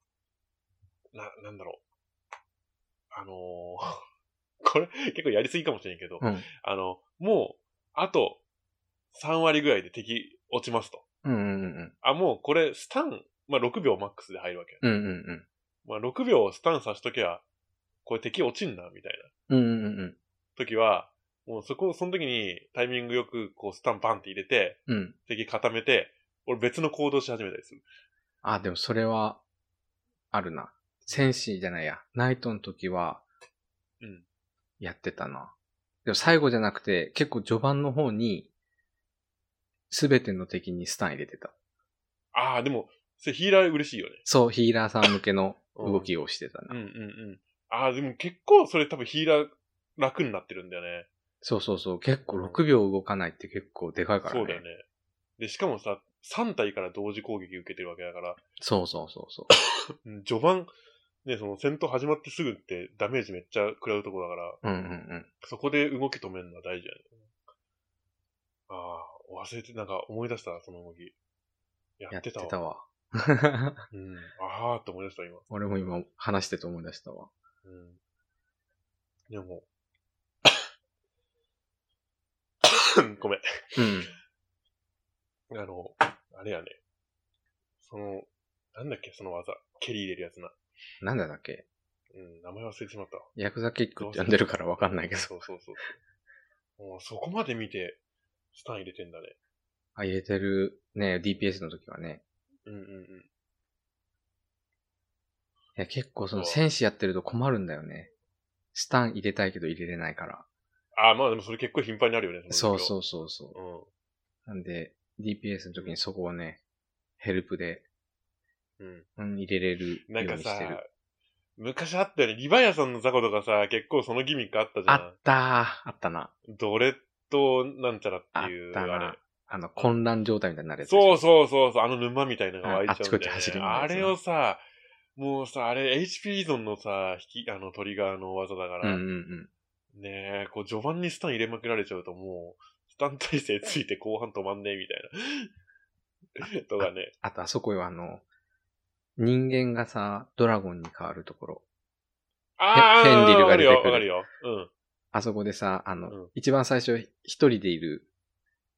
A: な、なんだろう。あのー これ、結構やりすぎかもしれんけど、
B: うん。
A: あの、もう、あと、3割ぐらいで敵落ちますと。
B: うんうんうん
A: あ、もうこれ、スタン、まあ、6秒マックスで入るわけ。
B: うん。うんうん
A: まあ、6秒スタンさしときゃ、これ敵落ちんな、みたいな
B: うん。うんうんうん
A: 時は、もうそこ、その時にタイミングよく、こう、スタンバンって入れて、
B: うん。うん。
A: 敵固めて、俺別の行動し始めたりする。
B: あ、でもそれは、あるな。戦士じゃないや。ナイトの時は、
A: うん。
B: やってたな。でも最後じゃなくて、結構序盤の方に、すべての敵にスタン入れてた。
A: ああ、でも、それヒーラー嬉しいよね。
B: そう、ヒーラーさん向けの
A: うん
B: 動きをしてたな。
A: うんうんうん。ああ、でも結構それ多分ヒーラー楽になってるんだよね。
B: そうそうそう。結構6秒動かないって結構でかいからね。
A: そうだよね。で、しかもさ、3体から同時攻撃受けてるわけだから、
B: そうそうそうそう。
A: うん序盤、ね、その戦闘始まってすぐってダメージめっちゃ食らうとこだから、
B: うんうんうん。
A: そこで動き止めるのは大事だね。ああ、忘れて、なんか思い出した、その動き。や
B: や
A: っ
B: って
A: てたわ。
B: たわ。
A: うん。ああ、って思い出した、今。
B: 俺も今話してて思い出したわ。
A: うん。でも、 ごめん。
B: うん。
A: あの、あれやね。その、なんだっけ、その技。蹴り入れるやつな。
B: なんだだっけ
A: うん、名前忘れてしまったわ。
B: ヤクザキックって呼んでるからわかんないけど。
A: そうそうそうそう。もうそこまで見て、スタン入れてんだね。
B: あ、入れてるね、DPS の時はね。
A: うんうんうん。
B: いや、結構その
A: そう
B: 戦士やってると困るんだよね。スタン入れたいけど入れれないから。
A: ああ、まあでもそれ結構頻繁にあるよね、
B: そうそううそうそ
A: うん。
B: う。なんで、DPS の時にそこをね、ヘルプで、
A: うん。
B: うん、入れれる
A: なん
B: よう
A: か
B: にしてる
A: さ。、昔あったよね。リヴァイアさんの雑魚とかさ、結構そのギミックあったじゃ
B: あ
A: ん
B: っ。たーあったな。
A: ドレッドなんちゃら
B: あ
A: っ
B: って
A: いう、
B: た
A: あ
B: な
A: れ。。
B: あの、混乱状態みたいになるやつ。
A: そうそうそうそう、あの沼みたいなのが湧いちゃ
B: ああっち
A: う
B: こ
A: ん
B: っち
A: だよね
B: 走り回るや
A: あ
B: つな
A: れをさ、もうさ、あれ HP 依存のさ、引き、あのトリガーの技だか
B: うん
A: ら、
B: うんうん。
A: ねえ、こう序盤にスタン入れまくられちゃうともう、ス短体制ついて後半止まんねえみた いな。とかね。
B: あと、あそこよ、あの、人間がさ、ドラゴンに変わるところ。
A: ああ
B: ヘンリルが出てくる
A: わかるよ、わかるよ。
B: あそこでさ、あの、
A: うん
B: 一番最初、一人でいる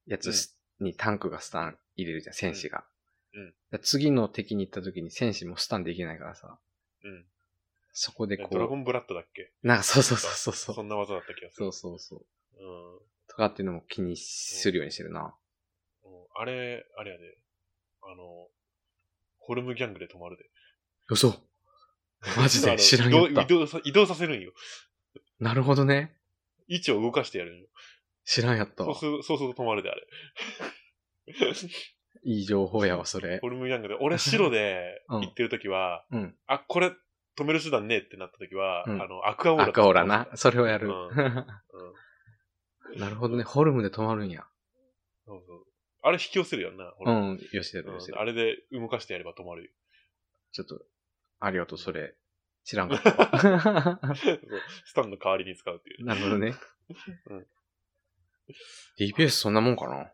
B: やつす、にタンクがスタン入れるじゃん、戦士が。
A: うんうん
B: で次の敵に行った時に戦士もスタンできないからさ、
A: うん。うん。
B: そこで
A: ね
B: こ
A: ドラゴ
B: う、
A: ンブラッドだっけ
B: なんかそうそうそうそう
A: そ
B: そう。
A: んな技だった気がす
B: そ
A: る。
B: うそうそう。
A: うん。
B: とかっていうのも気にするようにしてるな。
A: うんあれ、あれやで。あの、ホルムギャングで止まるで。
B: 嘘マジ
A: あ
B: で
A: の
B: 知ら
A: 移
B: んか
A: 動
B: った
A: 移。動さ移動させるんよ。
B: なるほどね。
A: 位置を動かしてやるんよ。
B: 知らんやった
A: そう
B: わ
A: す。るそうすると止まるで、あれ。
B: いい情報やわ、それ
A: ホ。ルムギャングで。俺、白で
B: うん
A: 行ってるときは、
B: うん
A: あ、これ、止める手段ねえってなったときは、
B: うん
A: あの、アクアオーラ。
B: 赤オラな。それをやる。
A: うん
B: なるほどね。ホルムで止まるんや。
A: そうそう。あれ引き寄せるよな、ホ
B: う
A: ルム
B: ん。よしやる
A: う
B: よ
A: ん
B: しやる
A: あれで動かしてやれば止まるよ。
B: ちょっと、ありがとう、それ。知らんか ったわ。
A: そうスタンの代わりに使うっていう。
B: なるほどね
A: うん。
B: DPS そんなもんかな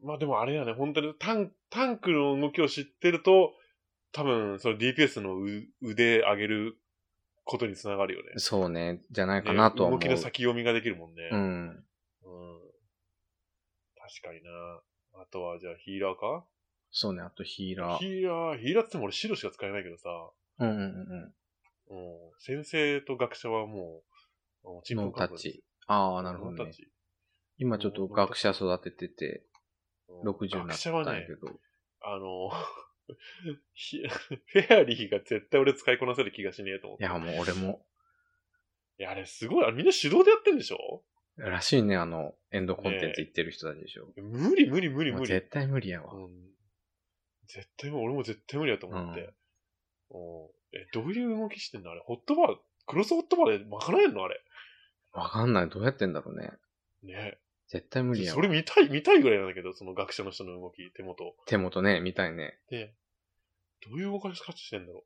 A: うんまあでもあれやね、本当にタンタンクの動きを知ってると、多分、その DPS のう腕上げることにつながるよね。
B: そうね。じゃないか
A: ね
B: なとは
A: 動
B: 思
A: き
B: う。
A: の先読みができるもんね。
B: うん。
A: うん確かにな。あとは、じゃあヒーラーか
B: そうね。あとヒーラ
A: ヒ
B: ー。
A: ーラー、ヒーラーって言っても俺白しか使えないけどさ、
B: うんうんうん
A: うん、先生と学者はもう、もうチ
B: うん。
A: ー
B: ノ
A: ム
B: ンタッ。チ。ああ、なるほど
A: ノン
B: ね
A: タッ。チ
B: 今ちょっと学者育ててて、
A: うん
B: 60にな
A: 学
B: った
A: 者
B: ん
A: は
B: や
A: ね
B: け、ど。
A: あの、 ひフェアリーが絶対俺使いこなせる気がしねえと思っ
B: い
A: て。い
B: や、もう俺も、
A: や、あれすごい。あれみんな手動でやってんでしょ
B: らしいね、あの、エンドコンテンツ行ってる人たちでしょ。
A: 無理無理無理
B: もう
A: 無理。
B: 絶対無理や
A: う
B: わ。
A: ん、絶対無理、俺も絶対無理だと思って。うんえ、どういう動きしてんのあれ、ホットバー、クロスホットバーで賄えんのあれ。
B: わかんない。どうやってんだろうね。
A: ね。
B: 絶対無理や
A: そ
B: わ。
A: れ見たい、見たいぐらいなんだけど、その学者の人の動き、手元。
B: 手元ね、見たいね。
A: で、どういう動かし方してんだろ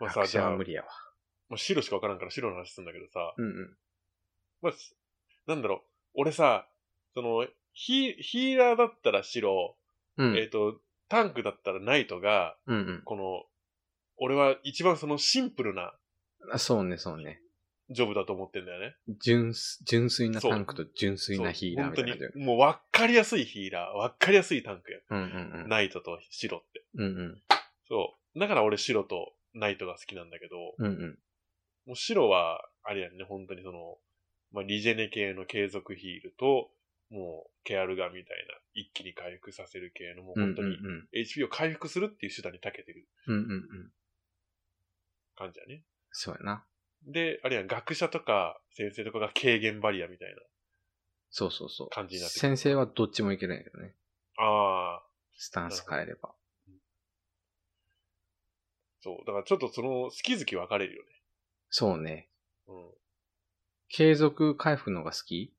A: う。まあさ、
B: 学
A: じ
B: 者
A: ゃあ、
B: は
A: ま
B: 無理やわ。
A: あ、白しかわからんから白の話するんだけどさ、
B: うんうん。
A: まあ、すなんだろう、俺さ、その、ヒヒーラーだったら白、
B: うん。
A: えっ、と、タンクだったらナイトが、
B: うんうん
A: この、俺は一番そのシンプルな
B: あ。そうね、そうね。
A: ジョブだと思ってんだよね。
B: 純粋純粋な
A: そう
B: タンクと純粋なヒーラーみたいな
A: そう
B: 感
A: 本
B: じ
A: 当に、もう分かりやすいヒーラー、分かりやすいタンクや。
B: うんうん
A: ナイトと白って。
B: うん。うんうん。
A: そう。だから俺白とナイトが好きなんだけど、
B: うんうん。
A: もう白は、あれやんね、本当にその、まあ、リジェネ系の継続ヒールと、もう、ケアルガみたいな、一気に回復させる系の、もう
B: うんうん
A: 本当に、HP を回復するっていう手段に長けてる
B: うん。うんうんうん。
A: 感じやね。
B: そうやな。
A: で、あれやん、学者とか先生とかが軽減バリアみたい
B: そうそうそう。
A: 感じになってくる
B: 先生はどっちもいけないけどね。
A: な。ああ、
B: スタンス変えれば。
A: そう。だからちょっとその、好き好き分かれるよね。
B: そうね。
A: うん。う
B: 継続回復のが好き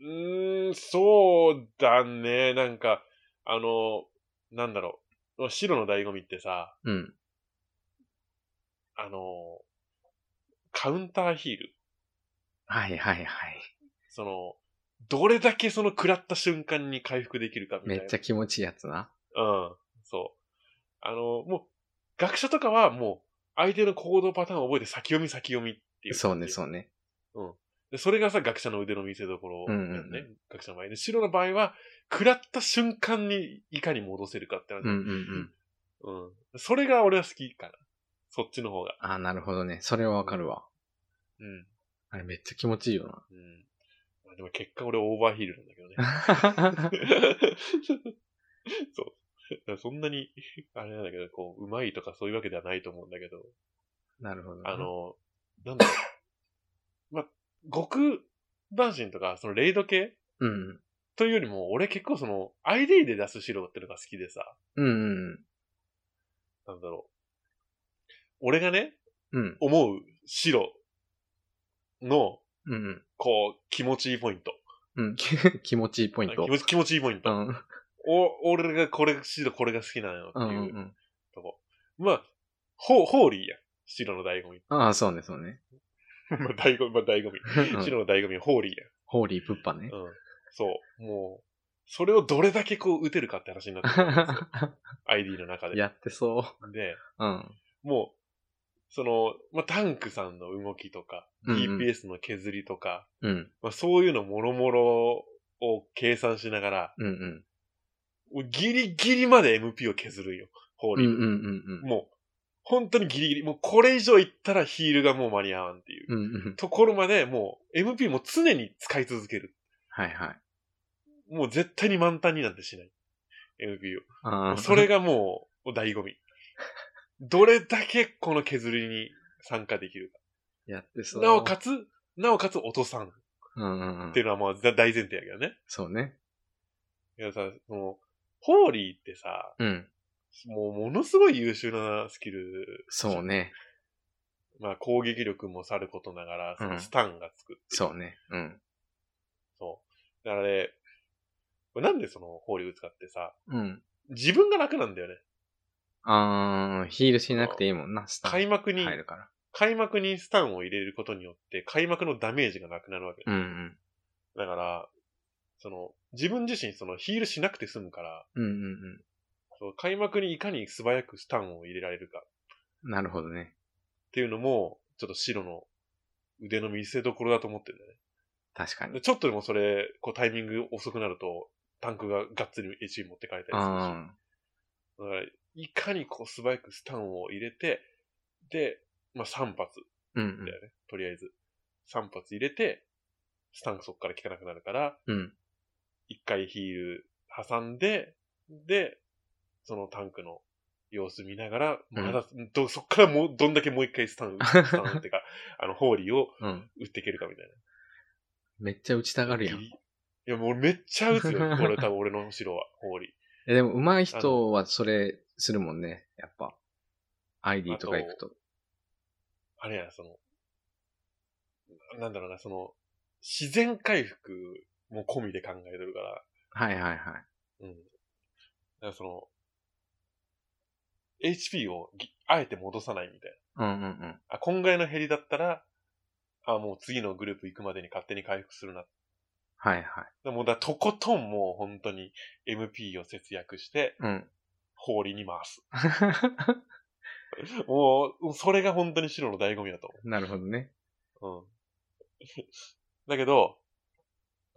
A: ーん、そうだね。なんか、あの、なんだろう。白の醍醐味ってさ、
B: うん。
A: あの、カウンターヒール。
B: はいはいはい。
A: その、どれだけその食らった瞬間に回復できるかみた
B: め
A: いな。
B: っちゃ気持ちいいやつな。
A: うん。そう。あの、もう、学者とかはもう、相手の行動パターンを覚えて先読み先読みっていう。
B: そうね、そうね。
A: でそれがさ、学者の腕の見せ所だよね。
B: うんうんう
A: 学者の場合で、白の場合は、食らった瞬間にいかに戻せるかってな
B: うんうんうん。
A: うん。それが俺は好きかな。そっちの方が。
B: ああ、なるほどね。それはわかるわ。
A: うん。
B: あれめっちゃ気持ちいいよな。
A: うん。まあでも結果俺オーバーヒールなんだけど ね。そう。だからそんなに、あれなんだけど、こう、うまいとかそういうわけではないと思うんだけど、
B: なるほどね。
A: あの、なんだろう。 ま、極男神とか、そのレイド系
B: うんうん。
A: というよりも、俺結構その、ID で出す白ってのが好きでさ、
B: うんうん
A: なんだろう。俺がね、
B: うん。うん。
A: 思う白の、
B: うんうん。
A: こう、気持ちいいポイント。
B: うん、き気持ちいいポイント
A: 気。持ち気持ちいいポイン
B: う
A: ト。
B: ん。うん
A: お俺がこれ、白これが好きなのよって
B: うん
A: いう。
B: うん。
A: とこ。まあ、ホーホーリーやん。白の醍醐味。
B: ああ、そうね、そうね。
A: まあ、醍醐味、まあ、醍醐味。白の醍醐味、ホーリーや。
B: ホーリープッパね。
A: うん。そう。もう、それをどれだけこう打てるかって話になってくるんです よ。ID の中で。
B: やってそ
A: で、
B: う。うん。
A: もう、その、まあ、タンクさんの動きとか、
B: うんうん
A: DPS の削りとか、
B: うん。
A: まあ、そういうのもろもろを計算しながら、
B: うんうん。
A: ギリギリまで MP を削るんよ。ホー
B: うんう
A: リ
B: ん
A: ー。
B: うん
A: もう、本当にギリギリ。もうこれ以上いったらヒールがもう間に合わんっていう。
B: うん。うんうん。
A: ところまでもう MP も常に使い続ける。
B: はいはい。
A: もう絶対に満タンになんてしない。MP を。
B: あー
A: それ、がもう、醍醐味。どれだけこの削りに参加できる
B: やってそ
A: か。
B: う。
A: なおかつ、なおかつ落とさんっ
B: うんうんうん
A: てい。うのはまあ大前提やけどね。
B: そうね。
A: いやさ、その、ホーリーってさ、
B: うん。
A: もうものすごい優秀なスキル。
B: そうね。
A: まあ攻撃力もさることながら、そ
B: うん
A: のスタンがつく。
B: そうね。うん。
A: そう。だからね、なんでそのホーリー打つかってさ、
B: うん。
A: 自分が楽なんだよね。
B: あー、ヒールしなくていいもんな、スタ
A: 開
B: ン
A: 幕に、
B: 入るから。
A: 開幕にスタンを入れることによって、開幕のダメージがなくなるわけ。
B: うん
A: だから、その、自分自身そのヒールしなくて済むから、
B: うん。うんうん
A: そう開幕にいかに素早くスタンを入れられるかっ
B: うん。なるほどね。
A: ていうのも、ちょっと白の腕の見せ所だと思ってるんだよ
B: 確か
A: ね。で
B: に。
A: ちょっとでもそれ、こうタイミング遅くなると、タンクががっつり HP 持ってかれたりするし。
B: あ
A: だからいかにこう素早くスタンを入れて、で、まあ3発
B: ー。うん
A: だよね。とりあえず。3発入れて、スタンがそこから効かなくなるから、
B: うん。うん。
A: 一回ヒール挟んで、で、そのタンクの様子見ながら、
B: うん
A: まだ、ど、そっからもう、どんだけもう一回スタ ン、スタンっていうか、あの、ホーリーを
B: うん。
A: 打っていけるかみたいな。
B: めっちゃ打ちたがるやん
A: ギ。リいや、もう俺めっちゃ打つよ。これ多分俺の後ろは、ホーリー。
B: え、でも上手い人はそれするもんね、やっぱ。ID とか行くと。
A: あれや、その、なんだろうな、その、自然回復も込みで考えてるから、
B: はいはいはい。
A: うん。だからその、HP をぎあえて戻さないみたいな。
B: うんうんうん。
A: あ、今回の減りだったら、あ、もう次のグループ行くまでに勝手に回復するな。
B: はいはい。
A: でもうだ、とことんもう本当に MP を節約して、
B: うん。
A: 放りに回す。もう、それが本当に白の醍醐味だと
B: なるほどね。
A: 思う。うん。 だけど、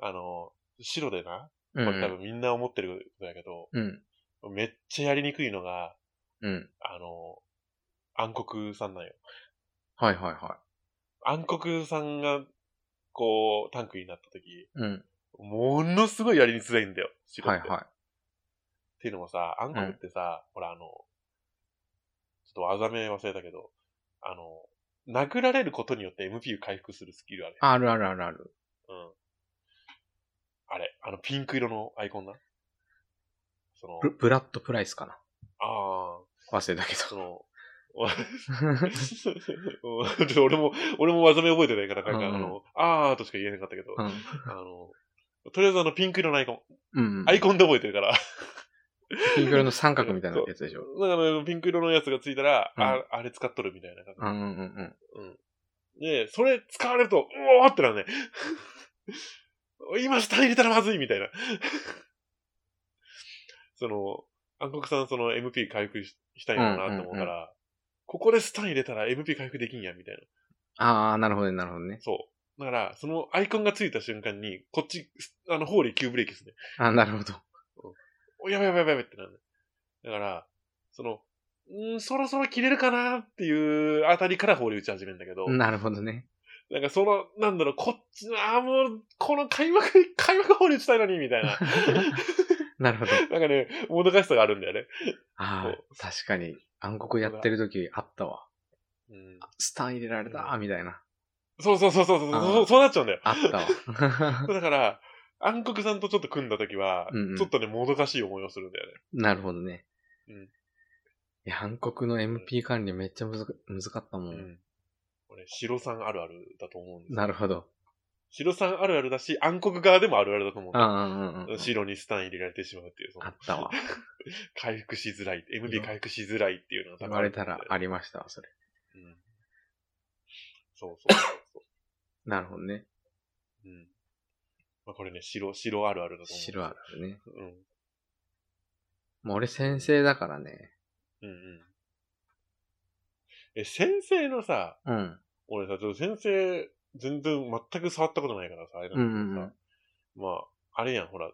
A: あの、白でな、
B: う
A: こ
B: んう
A: れ多
B: ん。
A: 分みんな思ってることだけど、
B: うん。
A: めっちゃやりにくいのが、
B: うん。
A: あの、暗黒さんなんよ。
B: はいはいは
A: 暗黒さんが、こう、タンクになった時、
B: い。うん。
A: ものすごいやりにづらいんだよ、白
B: は
A: っ
B: い
A: て。
B: は
A: っていうのもさ、暗黒ってさ、ほらあの、ちょっと技名忘れたけど、あの、殴られることによって MP 回復するスキルある
B: い。。あるあるあるある。
A: うん。あれ、あのピンク色のアイコンな。その、
B: ブブラッドプライスかな。
A: ああ、
B: 忘れたけ
A: そ
B: ど。
A: の、 ちょっと俺も、俺も技名覚えてないから、なんか、
B: うん
A: あ
B: うん
A: の、あーとしか言えなかったけど、
B: うん。
A: あの、とりあえずあのピンク色のアイコン、
B: うん。
A: アイコンで覚えてるから。
B: ピンク色の三角みたいなやつでしょ。
A: だから、ピンク色のやつがついたら、
B: うん
A: ああれ使っとるみたいな感じ
B: う。んうんうんうん。
A: で、それ使われると、うおーってなるね。 今下入れたらまずいみたいな。 その、暗黒さんその MP 回復ししたいのかなと思うから、
B: うんう
A: ここでスタン入れたら MP 回復できんや、みたいな。
B: ああ、なるほどね、なるほどね。
A: そう。だから、そのアイコンがついた瞬間に、こっち、あの、ホーリー急ブレーキですね。
B: あなるほど。
A: おやばいやばいやばいやばいってなるね。だから、その、んーそろそろ切れるかなっていうあたりから放流打ち始めるんだけど、
B: なるほど ね。
A: なんかその、なんだろう、こっち、ああ、もう、この開幕、開幕放流したいのに、みたい な。
B: なるほど。
A: なんかね、もどかしさがあるんだよね。
B: あ
A: そう
B: あ、確かに。暗黒やってる時あったわ。
A: うん、
B: スタン入れられた、みたいな。
A: そうそうそうそうそう
B: あー
A: そう、そうなっちゃうんだよ。
B: あったわ。
A: だから、暗黒さんとちょっと組んだ時は、
B: うんうん
A: ちょっとね、もどかしい思いをするんだよね。
B: なるほどね。
A: うん
B: いや、韓国の MP 管理めっちゃむずかむずかったも。
A: うんん。俺、白さんあるあるだと思うんですよ
B: なるほど。
A: 白さんあるあるだし、暗黒側でもあるあるだと思うんだ
B: あ
A: よ。
B: あ、うんうんうん。
A: 白にスタン入れられてしまうっていう、その
B: あっ たわ。
A: 回復しづらい、MD 回復しづらいっていうのが
B: 言
A: 多分あ
B: われ
A: る
B: たらありましたわ、それ。
A: うんそうそうそう
B: なるほどね。
A: うん。まあ、これね、白、白あるあるだと思う。
B: 白あるね。
A: うん。
B: もう俺先生だからね。
A: うんうん。え、先生のさ、
B: うん。
A: 俺さ、ちょっと先生、全然全く触ったことないからさ、あれなんだけどさ、まあ、あれやん、ほら、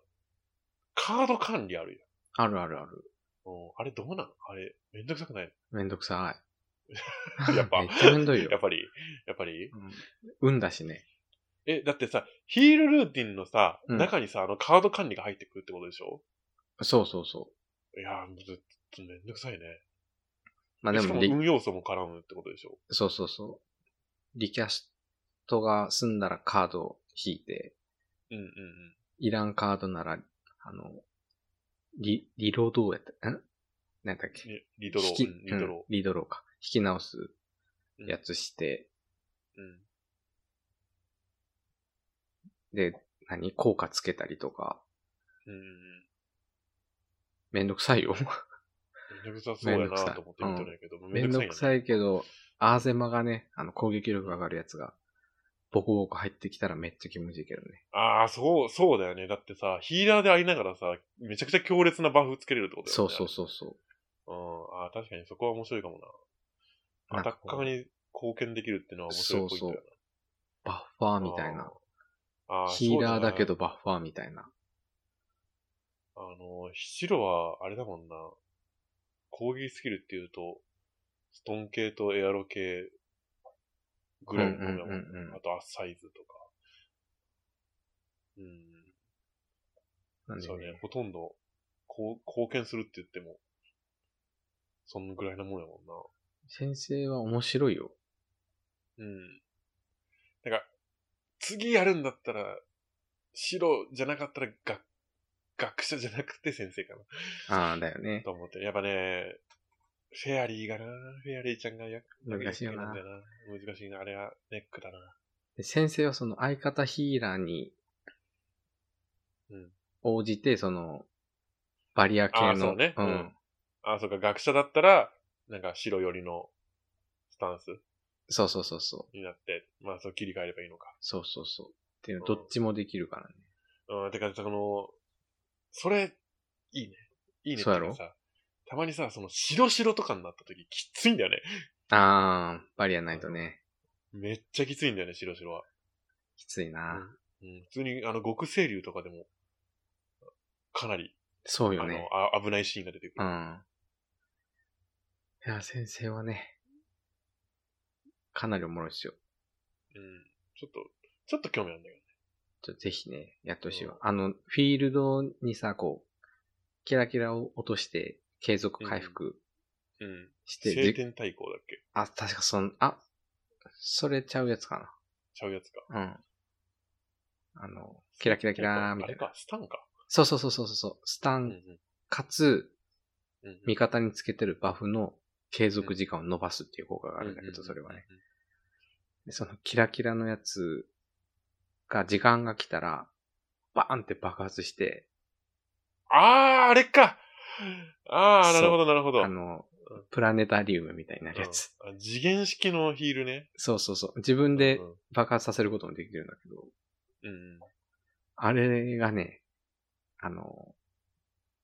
A: カード管理ある
B: あるあるある。
A: やん。うん、あれどうなのあれ、めんどくさくない
B: めんどくさい。
A: の やっぱ。
B: めっちゃめんどいよ
A: やっ。ぱり、やっぱり。
B: うん運だしね。
A: え、だってさ、ヒールルーティンのさ、
B: うん
A: 中にさ、あの、カード管理が入ってくるってことでしょ
B: そうそうそう。
A: いやー、もうずっとめんどくさいね。
B: まあで
A: しか
B: も
A: も
B: リ、
A: 運要素も絡むってことでしょ
B: そうそうそう。リキャストが済んだらカードを引いて、
A: うんうんうん。
B: いらんカードなら、あの、リ、リロードをやった、んなんだっけ
A: リリドロ
B: 引
A: ー、
B: き
A: うんリド
B: うん
A: ロ
B: リドローか。引き直すやつして、
A: ー。うん。
B: で、何効果つけたりとか。
A: うんうんうん。
B: めんどくさいよ。
A: めんどくさそうやなと思って見てるんやけど、
B: めんどくさ
A: い。
B: いけど、アーゼマがね、あの攻撃力上がるやつが、ボコボコ入ってきたらめっちゃ気持ちいいけどね。
A: ああ、そう、そうだよね。だってさ、ヒーラーでありながらさ、めちゃくちゃ強烈なバフつけれるってことだよ
B: そ
A: ね。。
B: うそうそうそう
A: うん。ああ、確かにそこは面白いかも
B: う。
A: な。アタッカー
B: なんかこう
A: に貢献できるっていうのは面白いポイントやな。
B: バッファーみたいな。
A: あー
B: ヒーラーだけ。
A: そ
B: どバッファーみたいな。
A: うだなあの、白は、あれだもんな。攻撃スキルっていうと、ストン系とエアロ系ぐらいのもんだもんね
B: うんうんうんうん
A: あと、アッサイズとか。うん。
B: なんで
A: そうね、ほとんど、こう、貢献するって言っても、そんぐらいなもんやもんな。
B: 先生は面白いよ。
A: うん。なんか、次やるんだったら、白じゃなかったら、学、学者じゃなくて先生かな。
B: ああ、だよね。
A: と思ってる。やっぱね、フェアリーがな、フェアリーちゃんがや
B: 難しいよ
A: ん
B: な
A: だ。よな。難しいな、あれはネックだな。
B: で先生はその相方ヒーラーに
A: うん
B: 応じて、その、バリア系の。
A: あーそうね
B: う
A: うんん。あ、そうか、学者だったら、なんか白寄りのスタンス
B: そうそうそうそう。
A: になって、まあそう切り替えればいいのか。
B: そうそうそう。っていうの、
A: う
B: ど
A: ん
B: っちもできるからね。
A: うん、てか、その、それ、いいね。いいね。
B: そうやろ
A: てかさたまにさ、その、白白とかになった時、きついんだよね。
B: ああ、バリアないとね、
A: めっちゃきついんだよね、白白は。
B: きついな。
A: うん、普通に、あの、極清流とかでも、かなり、
B: そう
A: あ
B: よ
A: の
B: ね。
A: あ、危ないシーンが出てく
B: う
A: る。
B: ん。いや、先生はね、かなりおもろいっすよ。
A: うん。ちょっと、ちょっと興味あるんだけ
B: ちょぜひね、やってほしいわ
A: う。ん
B: あの、フィールドにさ、こう、キラキラを落として、継続回復
A: ど。うん。
B: して、
A: 晴
B: じ
A: 天対抗だっけ
B: あ、確かその、あ、それちゃうやつか
A: ちゃうやつか。
B: な。うん。あの、キラキラキラーみ
A: あ
B: た
A: れ
B: いな
A: か。、スタンか。
B: そうそうそうそうそう。スタ
A: う
B: ン、
A: ん
B: かつ、
A: うん。うん
B: 味方につけてるバフの継続時間を伸ばすっていう効果があ
A: う
B: る
A: ん
B: んだけど、それはね。。
A: うん
B: でそのキラキラのやつが時間が来たら、バーンって爆発して、
A: あー、あれかあー、なるほど、なるほど。
B: あの
A: うん、
B: プラネタリウムみたいになるやつ。
A: うんあ次元式のヒールね。
B: そうそうそう。自分で
A: うん
B: 爆発させることもできるんだけど、
A: うん。
B: あれがね、あの、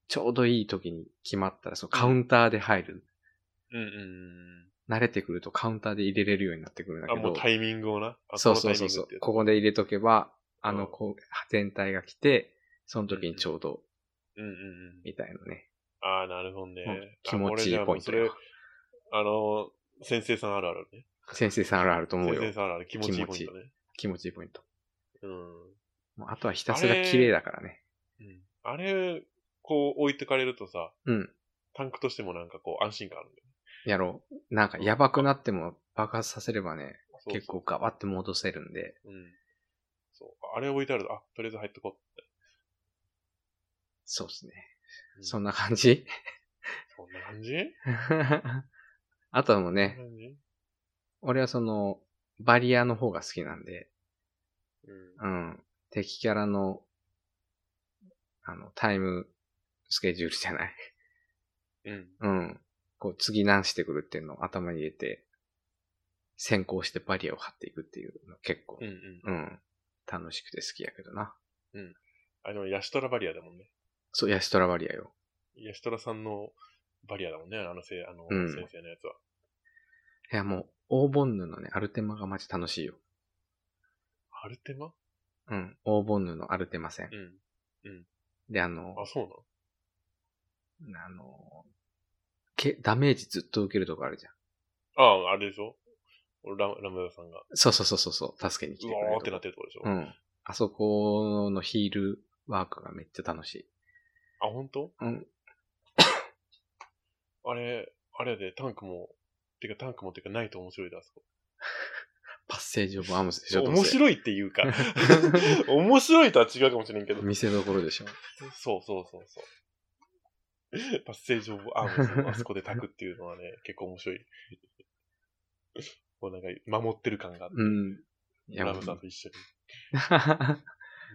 B: ちょうどいい時に決まったら、そのカウンターで入る。
A: うんうん
B: 慣れてくるとカウンターで入れれるようになってくるん
A: う
B: だ
A: ん。あ、
B: け
A: も
B: ど
A: う。タイミングをな。あ
B: そうそうそうそ
A: このタイミングっ
B: う
A: て。やつ
B: ここで入れとけば、あ
A: うん
B: の、こう、全体が来て、その時にちょうど、
A: うんうんうん。
B: みたいなね。
A: ああ、なるほどね
B: もう。気持ちいいポイ
A: あこれじゃあ
B: ント
A: もう
B: よ。
A: それあのー、先生さんあるあるね。
B: 先生さんあるあると思う
A: 先生
B: よ。
A: さんあるある。気持ちいいポイントね。
B: 気持ちいいポイント。
A: うん。
B: もうあとはひたすら綺麗だからね。
A: うんあれ、こう置いてかれるとさ、
B: うん。
A: タンクとしてもなんかこう安心感あるんだよね
B: やろう。なんか、やばくなっても爆発させればね、
A: そうそう
B: 結構ガバって戻せるんで、
A: うん。そう。あれ置いてあると、あ、とりあえず入っとこうって。
B: そうっすね。
A: うん
B: そんな感じ
A: そんな感じそん
B: あとはもう
A: な
B: ね、
A: 感じ
B: 俺はその、バリアの方が好きなんで、
A: うん。
B: うん。敵キャラの、あの、タイムスケジュールじゃない。
A: うん。
B: うん。こう、次何してくるっていうのを頭に入れて、先行してバリアを張っていくっていうの結構、
A: うんうん。
B: うん、楽しくて好きやけどな。
A: あの、ヤシトラバリアだもんね。
B: そう、ヤシトラバリアよ。
A: ヤシトラさんのバリアだもんね、あのせいあの
B: うん
A: 先生のやつは。
B: いや、もう、黄金布ね、アルテマがマジ楽しいよ。
A: アルテマ
B: うん、黄金布アルテマ戦
A: う。ん。
B: で、あの、
A: あ、そうなの
B: あの、け、ダメージずっと受けるとこあるじゃん。
A: ああ、あれでしょララムダさんが、
B: そうそうそうそうそう、助けに来て
A: う
B: くれる
A: わ
B: と。
A: ーってなっててるとこでしょ、
B: う
A: あ、
B: ん。あそこのヒールワークがめっちゃ楽しい。
A: 本当？
B: うん。
A: あれ、あれやで、タンクも、てかタンクもてかないと面白いだ、あそこ。
B: パッセージオブアームスでしょ、
A: 面
B: い。
A: 白いっていう か、面白いとは違うかもしれんけど。
B: 見せどころでしょ。
A: そうそうそうそう。パッセージオブアームをあそこで炊くっていうのはね、結構面白い。もうなんか、守ってる感があって、
B: うん。いや、
A: ラ
B: も
A: ム
B: う
A: さんと一緒に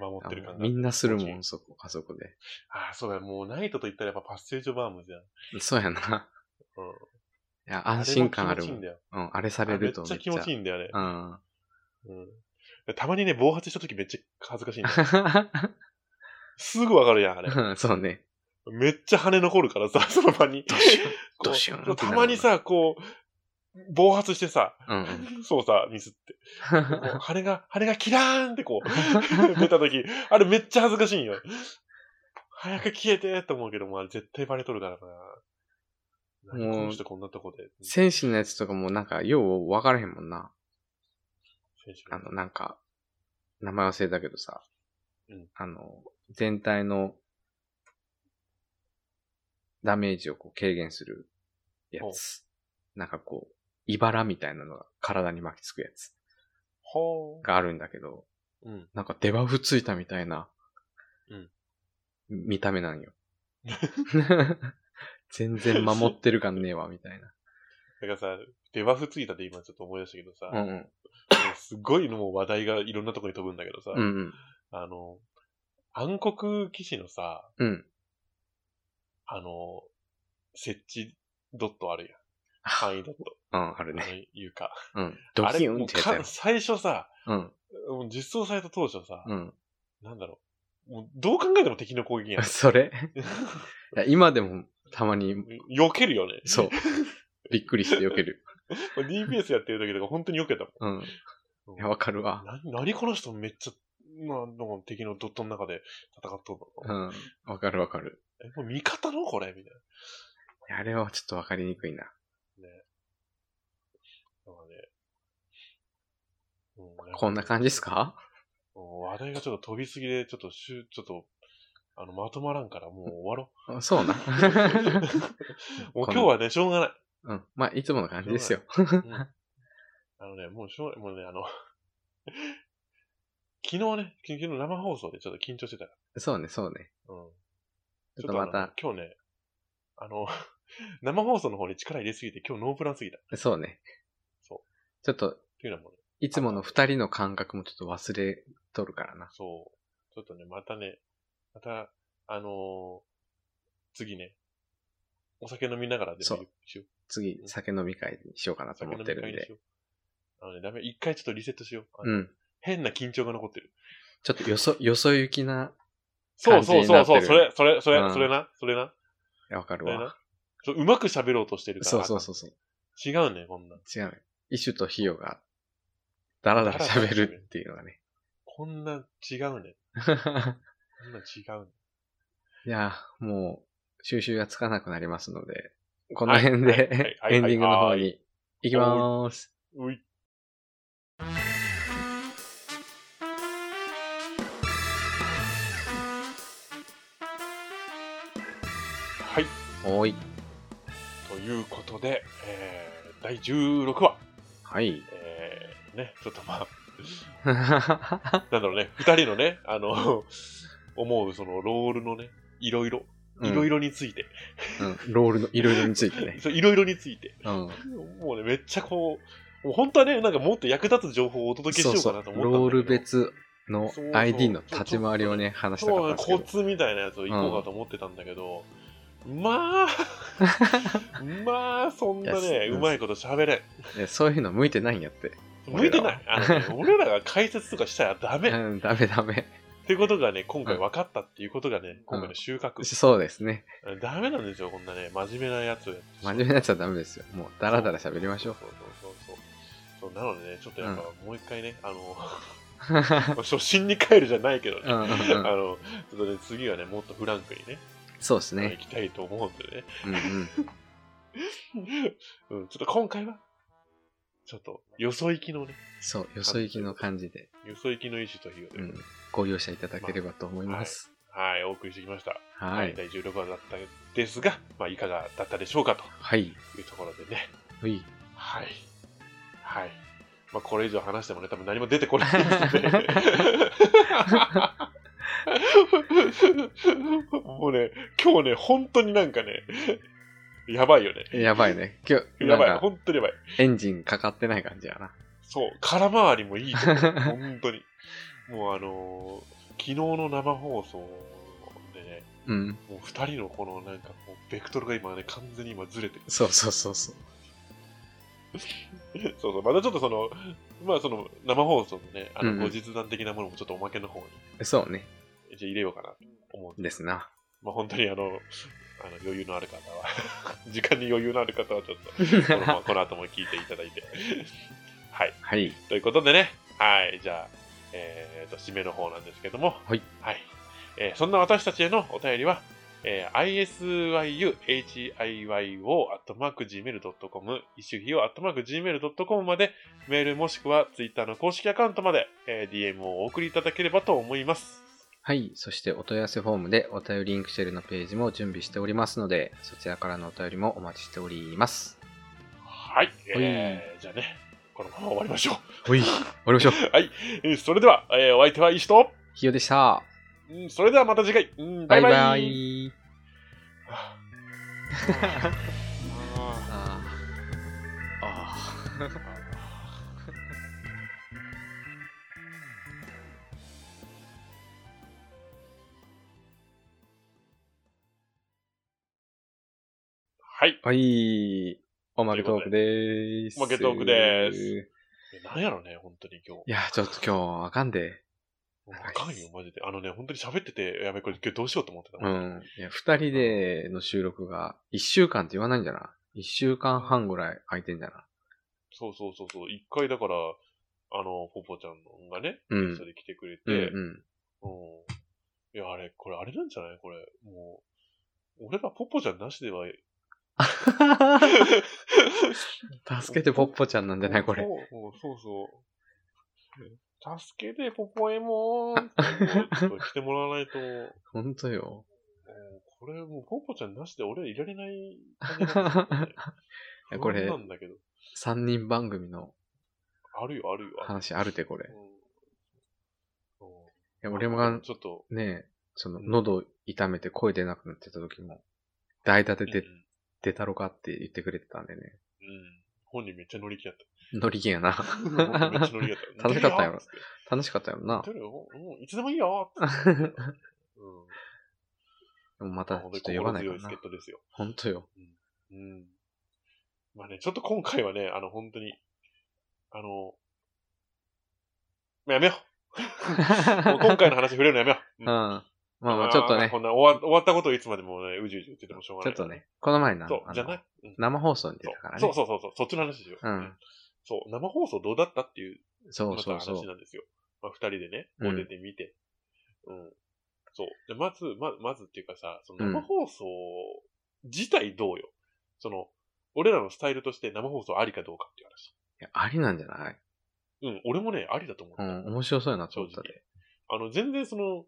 A: 守ってる感があって
B: みんなするもん、そこ、あそこで。
A: ああ、そうだ、もうナイトと言ったらやっぱパッセージオブアームじゃん。
B: そうやな。
A: うん。
B: いや、安心感ある
A: れ
B: も
A: も気持ちいいん
B: ん。
A: だよ。
B: うん、あれさ
A: あ
B: れ
A: め
B: る
A: っ
B: と
A: ち
B: め
A: ゃ
B: っち
A: 気
B: ゃ。
A: 持ちいいんだよね。
B: うん。
A: うん。たまにね、暴発した時めっちゃ恥ずかしいんだよ。
B: う
A: すぐわかるやん、あれ。
B: ん そうね。
A: めっちゃ羽残るから さ、その場に。
B: どうしよ
A: こう
B: どうしよう
A: こうたまにさ、こう、暴発してさ、
B: う。うん。
A: そうさ、ミスって。こう羽が、羽がキラーンってこう、 出たとき、あれめっちゃ恥ずかしいんよ。早く消えてと思うけど、まあ絶対バレとるからな。
B: もう
A: 何この人こんなとこで。
B: 戦士のやつとかもなんか、よう分からへんもんな。
A: 選手
B: あの、なんか、名前忘れたけどさ、
A: うん
B: あの、全体のダメージをこう軽減するやつ。なんかこう、茨みたいなのが体に巻きつくやつ
A: ほ
B: があるんだけど、
A: ーうん。
B: なんかデバフついたみたいな、
A: うん
B: 見た目な んよ。全然守ってる感ねえわ、みた
A: だ
B: い
A: からさ、デバフついたで今ちょっと思い出したけどさ、
B: な。うんうん。
A: すごいのもう話題がいろんなとこに飛ぶんだけどさ、
B: うんうん。
A: あの、暗黒騎士のさ、
B: うん。
A: あの、設置ドットあるやん。範囲ドット。
B: うん、ある
A: あの
B: ね。、
A: いうか。
B: うん。ドキュンってやつ
A: あ
B: や
A: れもうか最初さ、
B: ろ。うん。
A: もう実装された当初さ、
B: うん。。
A: なんだろう。もうどう考えても敵の攻撃やん
B: そ れいや今でもたまに、
A: 避けるよね。
B: そう。びっくりして避ける。
A: もう DPS やってる時とか本当に避けたも
B: うん。
A: ん。
B: いや、わかるわ。
A: な何この人めっちゃ、まあ、なんか敵のドットの中で戦っとる
B: う
A: の、
B: ん。わかるわかる。
A: えもう味方のこれみたい
B: いやあれはちょっとわかりにくいな。
A: な。なんかね。うん
B: こんな感じっすか
A: もう話題がちょっと飛びすぎで、ちょっと、しゅちょっと、あの、まとまらんから、もう終わろ
B: あそ うな。
A: う。もう今日はね、しょうがない。
B: うん。まあ、いつもの感じですよ。
A: うんあのね、もうしょう、もうね、あの、昨日ね、昨日生放送でちょっと緊張してたか
B: そうね、そうね。
A: ら。うん。
B: ちょっとま
A: あの
B: た、
A: 今日ね、あの、 生放送の方に力入れすぎて、今日ノープランすぎた。っ
B: そうね。
A: そう
B: ちょっと、
A: ていうのもね、
B: いつもの二人の感覚もちょっと忘れとるからな。
A: そう。ちょっとね、またね、また、あのー次ね、お酒飲みながらで
B: そ
A: も
B: う
A: しよう。
B: 次、酒飲み会にしようかなと
A: 酒飲
B: 思っ
A: み
B: てる
A: 会
B: ん
A: にし
B: で。
A: よう。あのね、ダメ、一回ちょっとリセットしよう。あの
B: うん。
A: 変な緊張が残ってる。
B: ちょっとよそ、よそ行きな、
A: そうそうそうそう、
B: 感じ
A: そ
B: になっ
A: れ、それ、それ、
B: うん
A: それな、それな。
B: いやわかる
A: それ
B: わ。
A: な。そううまく喋ろうとしてるから。
B: そうそうそうそう。
A: 違うね、こんなん。
B: 違うね。イシュとヒヨが、ダラダラ喋るっていうのがね。
A: こんなん違うね。こんなん違うね。
B: いや、もう、収集がつかなくなりますので、この辺で、
A: はいはいはいはい
B: エンディングの方に行きまーす。
A: うい。はい。
B: おい。
A: ということで、えー、第16話。
B: はい。
A: えー、ね、ちょっとまあ、
B: う
A: なんだろうね、二人のね、あの、思うそのロールのね、いろいろ、
B: ん
A: いろいろについて、
B: うんロールのいろいろについて ね。
A: そういろいろについて、
B: うん。
A: もうね、めっちゃこう、もう本当はね、なんかもっと役立つ情報をお届けし
B: そ
A: よ
B: う
A: う
B: そ
A: か
B: う。
A: な
B: ロ
A: と思ったんだけど
B: ール別の
A: そうそう
B: ID の立ち回りをね、話した
A: そ
B: か
A: う
B: っ
A: ね
B: たんですけ
A: コ
B: ど。
A: ツみたいなやつをいこうかと思ってたんだけど、まあ、まあ、そんない
B: や
A: ね、
B: うん
A: うまいこと喋れん。
B: えそういうの向いてないんやって。
A: 向いてない。あのね、俺らが解説とかしたらダメ。っ
B: うん、ダメダメ。
A: てことがね、今回分かったっていうことがね、今回の収穫。
B: そうですね。
A: ダメなんですよ、こんなね、真面目なやつをやってしま
B: 真
A: う。
B: 面目になっちゃダメですよ。もう、ダラダラ喋りましょう。
A: そうそうそうそう。そうなのでね、ちょっとやっぱもう一回ね、あの、
B: うん
A: まあ初心に帰るじゃないけどね、
B: うん
A: あ
B: うんうん
A: の、ちょっとね、次はね、もっとフランクにね、
B: そうですね
A: 行。きたいと思うんでね、
B: うんうん。
A: うん、ちょっと今回は、ちょっと、よそ行きのね、
B: そう、よそ行きの感じで、
A: よそ行きの意思ということ
B: う
A: で、
B: ん、ご容赦いただければと思います。
A: はい、お送りしてきました。
B: はい。はい。
A: 第16話だったですが、まあ、いかがだったでしょうか
B: はい。
A: というところでね、
B: はい。
A: はい。はい。まあ、これ以上話してもね、多分何も出てこない ので。もうね、今日ね、本当になんかね、やばいよね。
B: やばいね。今日、な
A: や
B: ん
A: ばい、
B: か、
A: 本当にやばい。
B: エンジンかかってない感じやな。
A: そう、空回りもいいけど、本当に。もうあのー昨日の生放送でね、
B: うん。
A: もう二人のこのなんかもう、ベクトルが今ね、完全に今ずれてる。
B: そうそうそうそう。
A: そうそう、またちょっとその、まあその生放送のね、あ
B: うん
A: の
B: うん
A: 後日談的なものもちょっとおまけの方に
B: そうね。
A: 一応入れようかなと思うんで、
B: ですな。
A: まあ本当にあの、あの余裕のある方は、 時間に余裕のある方はちょっと、こ のこの後も聞いていただいて。はい。
B: はい。
A: ということでね、はい、じゃあ、えー、と、締めの方なんですけども、
B: はい。
A: はい。えーそんな私たちへのお便りは、えー、isyuhiyo.gmail.com、一種費用 .gmail.com まで、メールもしくは Twitter の公式アカウントまで、えー DM をお送りいただければと思います。
B: はい。そしてお問い合わせフォームでお便りリンクシェルのページも準備しておりますので、そちらからのお便りもお待ちしております。
A: はい。えー、じゃあね、このまま終わりましょ
B: ほい。終わりましょう。
A: う。はい。えーそれでは、えーお相手はいい人。
B: ひよでした。
A: うんそれではまた次回。うんバイバイ。
B: バイイ
A: は あ
B: あーあー。
A: あーはい。
B: はい。おまけトークでーす。
A: おまけトークでーす
B: い
A: なんやろね、本当に今日。
B: や、ちょっと今日あかんで。
A: わかんよ、マジで。あのね、本当に喋ってて、やべ、これ今日どうしようと思ってた。
B: うん。いや、二人での収録が一週間って言わないんじゃない一週間半ぐらい空いてんじゃな
A: そうそうそうそう。一回だから、あの、ポポちゃんがね、
B: うん
A: ゲストで来てくれて、
B: いうんうん。
A: うんいや、あれ、これあれなんじゃないこれ、もう、俺らポポちゃんなしでは、
B: 助けてポッポちゃんなんじゃないこれ。
A: そうもうそうそう。助けて、ポポエモーンってもう来てもらわない と、も
B: ほんとよ。
A: うこれもうポポちゃんなしで俺いられない感じなんだよね
B: いやこれ
A: 不安なんだけど。
B: 三人番組の
A: あるよ、あるよ。あるよ
B: 話あるで、これ。い
A: うんうん
B: や俺もが、
A: ちょっと、
B: ね、その、喉痛めて声出なくなってた時も、代打で
A: うんう
B: 出
A: ん
B: 出たろかって言ってくれてたんでね。
A: うん。本人めっちゃ乗り気やった。
B: 乗り気やな。
A: 本人めっちゃ乗り気やった。
B: 楽しかったよ
A: 乗り気つて
B: 楽しかったよな。
A: 出るよ。もういつでもいいよ。つってうん。
B: でもまた、ちょ
A: 本
B: っ
A: 当
B: と
A: に
B: 呼ばないか
A: 心強い
B: な
A: 助っ。人ですよ。
B: ほんとよ。
A: うん。まあね、ちょっと今回はね、あの、本当に、あの、やめよ う。もう今回の話触れるのやめよう。
B: うん。
A: うん
B: まあまあ、ちょっとね
A: こ、んな終わ終わったことをいつまでもね、うじうじ言っててもしょうが
B: ちょ
A: ない。
B: っと。ね、この前な、
A: そう、
B: あ
A: じゃ
B: の
A: ない。うん
B: 生放送に出たからね。
A: そうそうそうそう、そっちの話ですよ。
B: うん
A: そう、生放送どうだったっていう
B: そう
A: ま
B: そ
A: た
B: うそう
A: 話なんですよ。まあ、二人でね、
B: う
A: こ
B: ん
A: う出てみて。うん。そう。で、まず、ま、まずっていうかさ、その
B: うん
A: 生放送自体どうよ。その、俺らのスタイルとして生放送ありかどうかっていう話。
B: いやありなんじゃない
A: うん、俺もね、ありだと思う。
B: うん、面白そうやなと思ったで。
A: あの、全然その、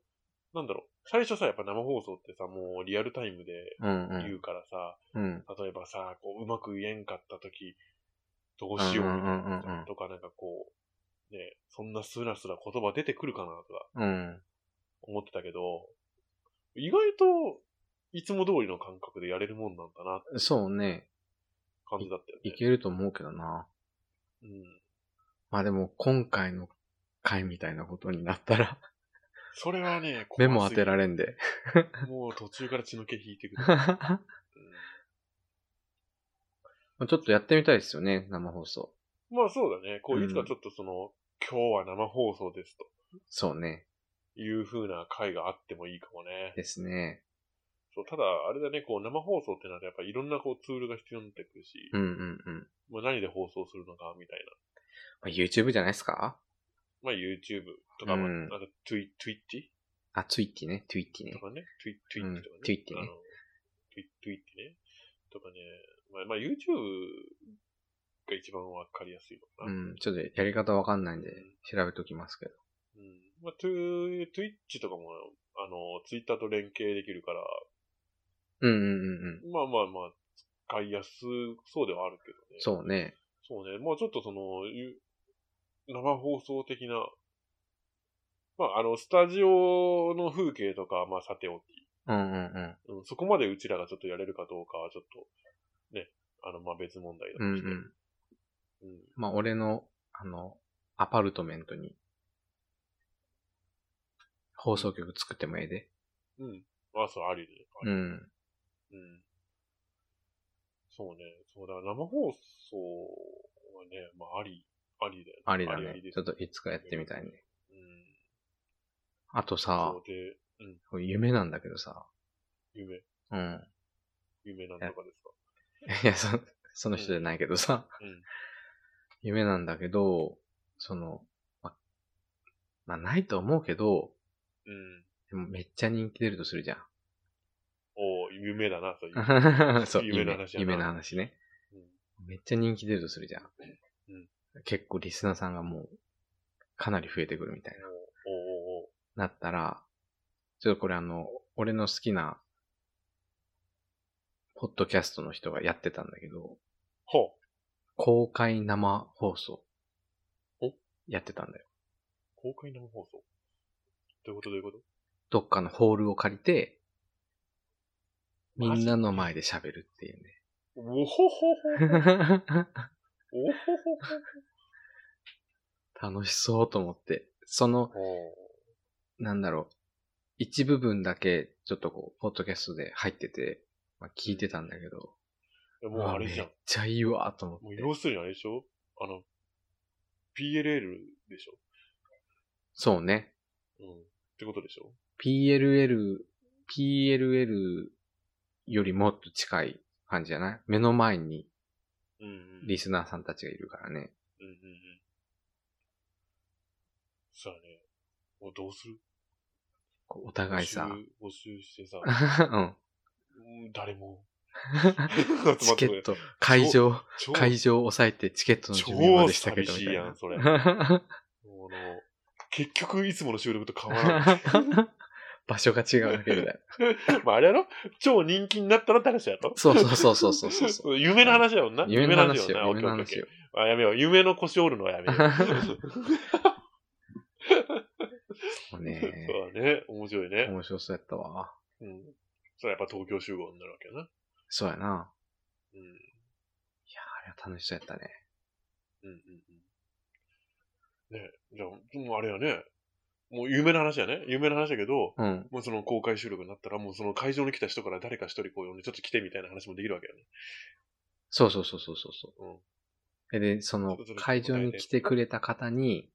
A: なんだろう、最初さ、やっぱ生放送ってさ、もうリアルタイムで
B: うんう
A: 言
B: ん。
A: うからさ、
B: うん。
A: 例えばさ、こう、うまく言えんかった時、どうしようみたい
B: うんうんうんう、
A: なんとかなんかこう、ね、そんなスラスラ言葉出てくるかなとか、
B: うん。
A: 思ってたけど、意外といつも通りの感覚でやれるもんなんだなって
B: そうね、
A: 感じだったよ
B: い
A: ね。
B: けると思うけどな。
A: うん。
B: まあでも、今回の回みたいなことになっ たら、
A: それはね、
B: 目も当てら
A: れ
B: れんで。
A: もう途中から血の気引いてくる。うん
B: ま あちょっとやってみたいですよね、生放送。
A: まあそうだね。こ
B: う
A: う、
B: ん
A: いつかちょっとその、今日は生放送です
B: そうね。
A: という風な回があってもいいかもね。
B: ですね。
A: そう、ただ、あれだね、こう、生放送ってなるとやっぱいろんなこうツールが必要になってくるし、
B: うんうんうん。
A: まあ何で放送するのか、みたいな。
B: まあ、YouTube じゃないですか
A: まあ YouTube とか、
B: うん
A: まあ、あと Twi- Twitch
B: あ、Twitch ね、Twitch ね
A: と。かね。Twi-
B: うん
A: Twitch とかね。
B: Twitch ね
A: あの。Twi- Twitch ね。とかね。まあ、まあ、YouTube が一番わかりやすいのか
B: う
A: な。
B: ん、ちょっとやり方わかんないんで
A: うん、
B: 調べておきますけど。
A: うん。まあ、Twi- Twitch とかも、あの、Twitter と連携できるから、
B: うんうんうんうん。
A: まあまあまあ、使いやすそうではあるけどね。
B: そうね。
A: そうね。まあちょっとその、ゆ生放送的な、まああの、スタジオの風景とかはまあさておき、
B: うんうんうん。
A: うん、そこまでうちらがちょっとやれるかどうかはちょっと、ね、あの、まあ別問題だと
B: うんう
A: して。
B: ん。
A: うん
B: まあ、俺の、あの、アパルトメントに、放送局作ってもええで。
A: うん。まあ、そう、ありで。あ
B: う
A: り
B: ん。
A: うん。そうね。そうだ、生放送はね、まあ、あり、ありだよね。
B: ありだ
A: あ
B: ね
A: りで。
B: ちょっといつかやってみたいね。
A: うん。
B: あとさ
A: そ、うで、うん。
B: これ夢なんだけどさ、
A: 夢、
B: うん。
A: 夢なんとかですか。
B: いや、そその人じゃないけどさ、
A: うん
B: 夢なんだけど、その、ま、まあ、ないと思うけど、
A: うん。
B: でもめっちゃ人気出るとするじゃん。
A: おー夢だな、そういう。
B: そう、夢
A: 夢の
B: の
A: 話
B: 話
A: やな
B: 夢の話ね。めっちゃ人気出るとするじゃん。
A: うん
B: 結構リスナーさんがもう、かなり増えてくるみたいな。
A: おおお
B: なったら、ちょっとこれあの、俺の好きな、ポッドキャストの人がやってたんだけど、
A: ほ
B: 公開生放送。
A: お
B: やってたんだよ。
A: う。公開生放送どういうことどういうこと
B: どっかのホールを借りて、みんなの
A: マジ
B: 前で喋るっていう
A: おほほほ。
B: ね。
A: おほほ
B: 楽しそうと思って、その、
A: ほ。おー
B: なんだろう、一部分だけ、ちょっとこう、ポッドキャストで入ってて、まあ、聞いてたんだけど、
A: いやもうあれじゃん
B: めっ。ちゃいいわ、と思
A: も
B: っ
A: う
B: て。
A: 要するにあれでしょあの、PLL でしょ
B: そうね。
A: うん。ってことでしょ
B: PLL、PLL よりもっと近い感じじゃない目の前に
A: うんうん。
B: リスナーさんたちがいるからね。
A: うんうんうん。さあね。もうどうする
B: こうお互いさ、
A: 募集募集して さ、
B: うん、
A: うん誰も
B: チケッ
A: ト。
B: ト、会場、
A: 超
B: 会場を抑えてチケットの準備までしたけど、みたいな。
A: 超寂しいもうあの結局いつもの収録と変 わらない。
B: 場所が違うだけみたいな。
A: まああれやろ超人気になったらって話やろ
B: そうそうそうそうそうそう。
A: う。 夢の話だもん な。
B: 夢の話
A: 夢
B: よ、夢の
A: なオッケーオッケーオッケー
B: 話よ。
A: あ、やめよう。夢の腰折るのはやめよう。
B: もう ね、
A: そうだね。面白いね。
B: 面白そうやったわ。
A: うん。それはやっぱ東京集合になるわけやな。
B: そうやな。
A: うん。
B: あれは楽しそうやったね。
A: うんうんうん。ねじゃあ、もうあれやね。もう夢の話やね。夢の話だけど、
B: うん。
A: もうその公開収録になったら、もうその会場に来た人から誰か一人こう呼んで、ちょっと来てみたいな話もできるわけや ね。
B: そうそうそうそうそうそう。
A: うん。
B: えで、その
A: それぞれ、
B: 会場に来てくれた方に、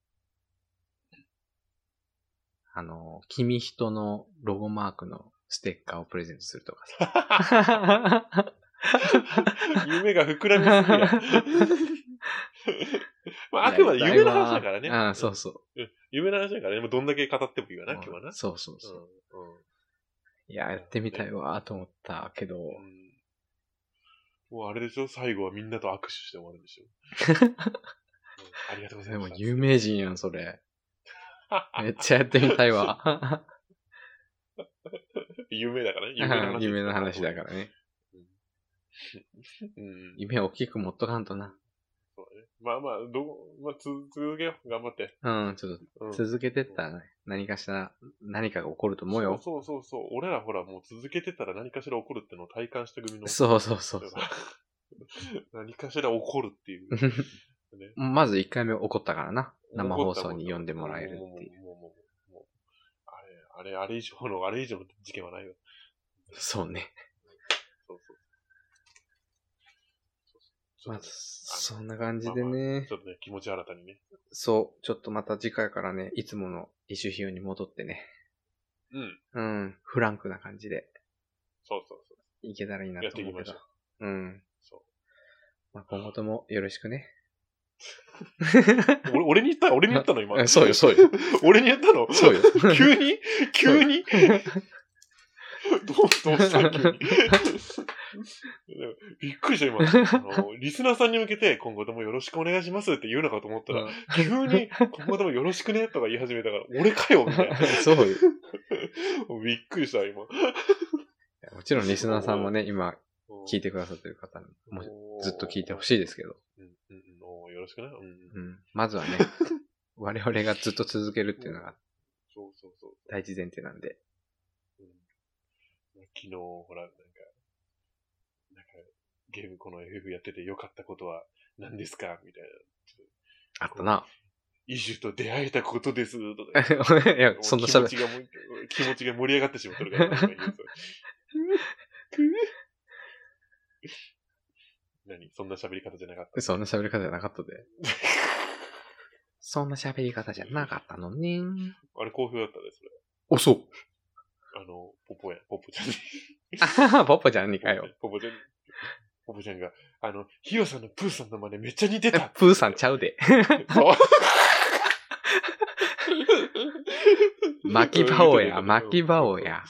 B: あの、君人のロゴマークのステッカーをプレゼントすると かさ。
A: 夢が膨らみすぎや。 まあ、あくまで夢の話だからね。
B: ああ、そうそう。
A: 夢の話だからね。もうどんだけ語ってもいいわな、
B: う
A: 今
B: ん
A: 日はな。
B: そうそうそ
A: う
B: う。
A: ん。うん
B: いや、やってみたいわ、と思ったけど、
A: うんもうあれでしょ最後はみんなと握手して終わるんでしょ、 うんありがとうござい
B: で
A: ま
B: も
A: す。
B: 有名人やん、それ。めっちゃやってみたいわ。
A: 夢だからね。
B: 夢の話だ
A: ら。
B: からね。
A: うん。
B: 夢を大きく持っとかんとな。
A: そうだね。まあまあ、どう、まあ、つ続けよう。頑張って。
B: うん、ちょっ
A: うん
B: と続けてったらね、何かしら、何かが起こると思うよ。
A: そうそうそう。俺らほら、もう続けてたら何かしら起こるってのを体感した組の。
B: そうそうそうそ
A: 何かしら起こるっていう。ね
B: う。 まず1回目起こったからな。生放送に呼んでもらえるっていう。
A: もうもうもうもうもうあれ、あれ、あれ以上の、あれ以上の事件はないよ。
B: そうね。
A: そうそう。そう
B: まあ、
A: ちょっ
B: そんな感じでね。
A: とね、気持ち新たにね。
B: そう。ちょっとまた次回からね、いつもの一周費用に戻ってね。
A: うん。
B: うん。フランクな感じで
A: そうそうそう。
B: いけたらいいな
A: やっ
B: と
A: てい
B: 思
A: き
B: うけ
A: まし
B: ど
A: ょう。。
B: うん。
A: そ
B: まあ、今後ともよろしく ね。
A: う。俺、俺に言った俺に言ったの今
B: え。そうよ、そうよ。
A: 俺に言ったの
B: そう よ。
A: 急に急に どうどうした急に びっくりした、今。あの、リスナーさんに向けて、今後ともよろしくお願いしますって言うのかと思ったら、急に、今後ともよろしくねとか言い始めたから、俺かよみたいな。
B: そうよ。
A: びっくりした、今。
B: もちろんリスナーさんもね、今聞いてくださってる方にもずっと聞いてほしいですけど。
A: うんうんうんおーよろしくね。うんうん
B: うん。まずは ね、我々がずっと続けるっていうのが
A: そうそうそう。
B: 第一前提なんで。
A: うん昨日、ほら、なんか、なんか、ゲームこの FF やってて良かったことは何ですかみたいな。
B: あった な。
A: イジュと出会えたことです、とか。
B: いや、 そんな喋
A: 気持ちがもう気持ちが盛り上がってしまった から、なんか言うと何そんな喋り方じゃなかった。
B: そんな喋り方じゃなかったで。そんな喋り方じゃなかったのね。
A: あれ好評だったね、それ。
B: お、そう。
A: あの、ポポや、ポポちゃんに。
B: あ はは、ポッポちゃんにかよ。
A: ポポちゃん、ポポちゃんが、あの、ヒヨさんのプーさんの真似めっちゃ似てた。
B: プーさんちゃうで。
A: そう
B: 巻き場をや、巻き場をや。。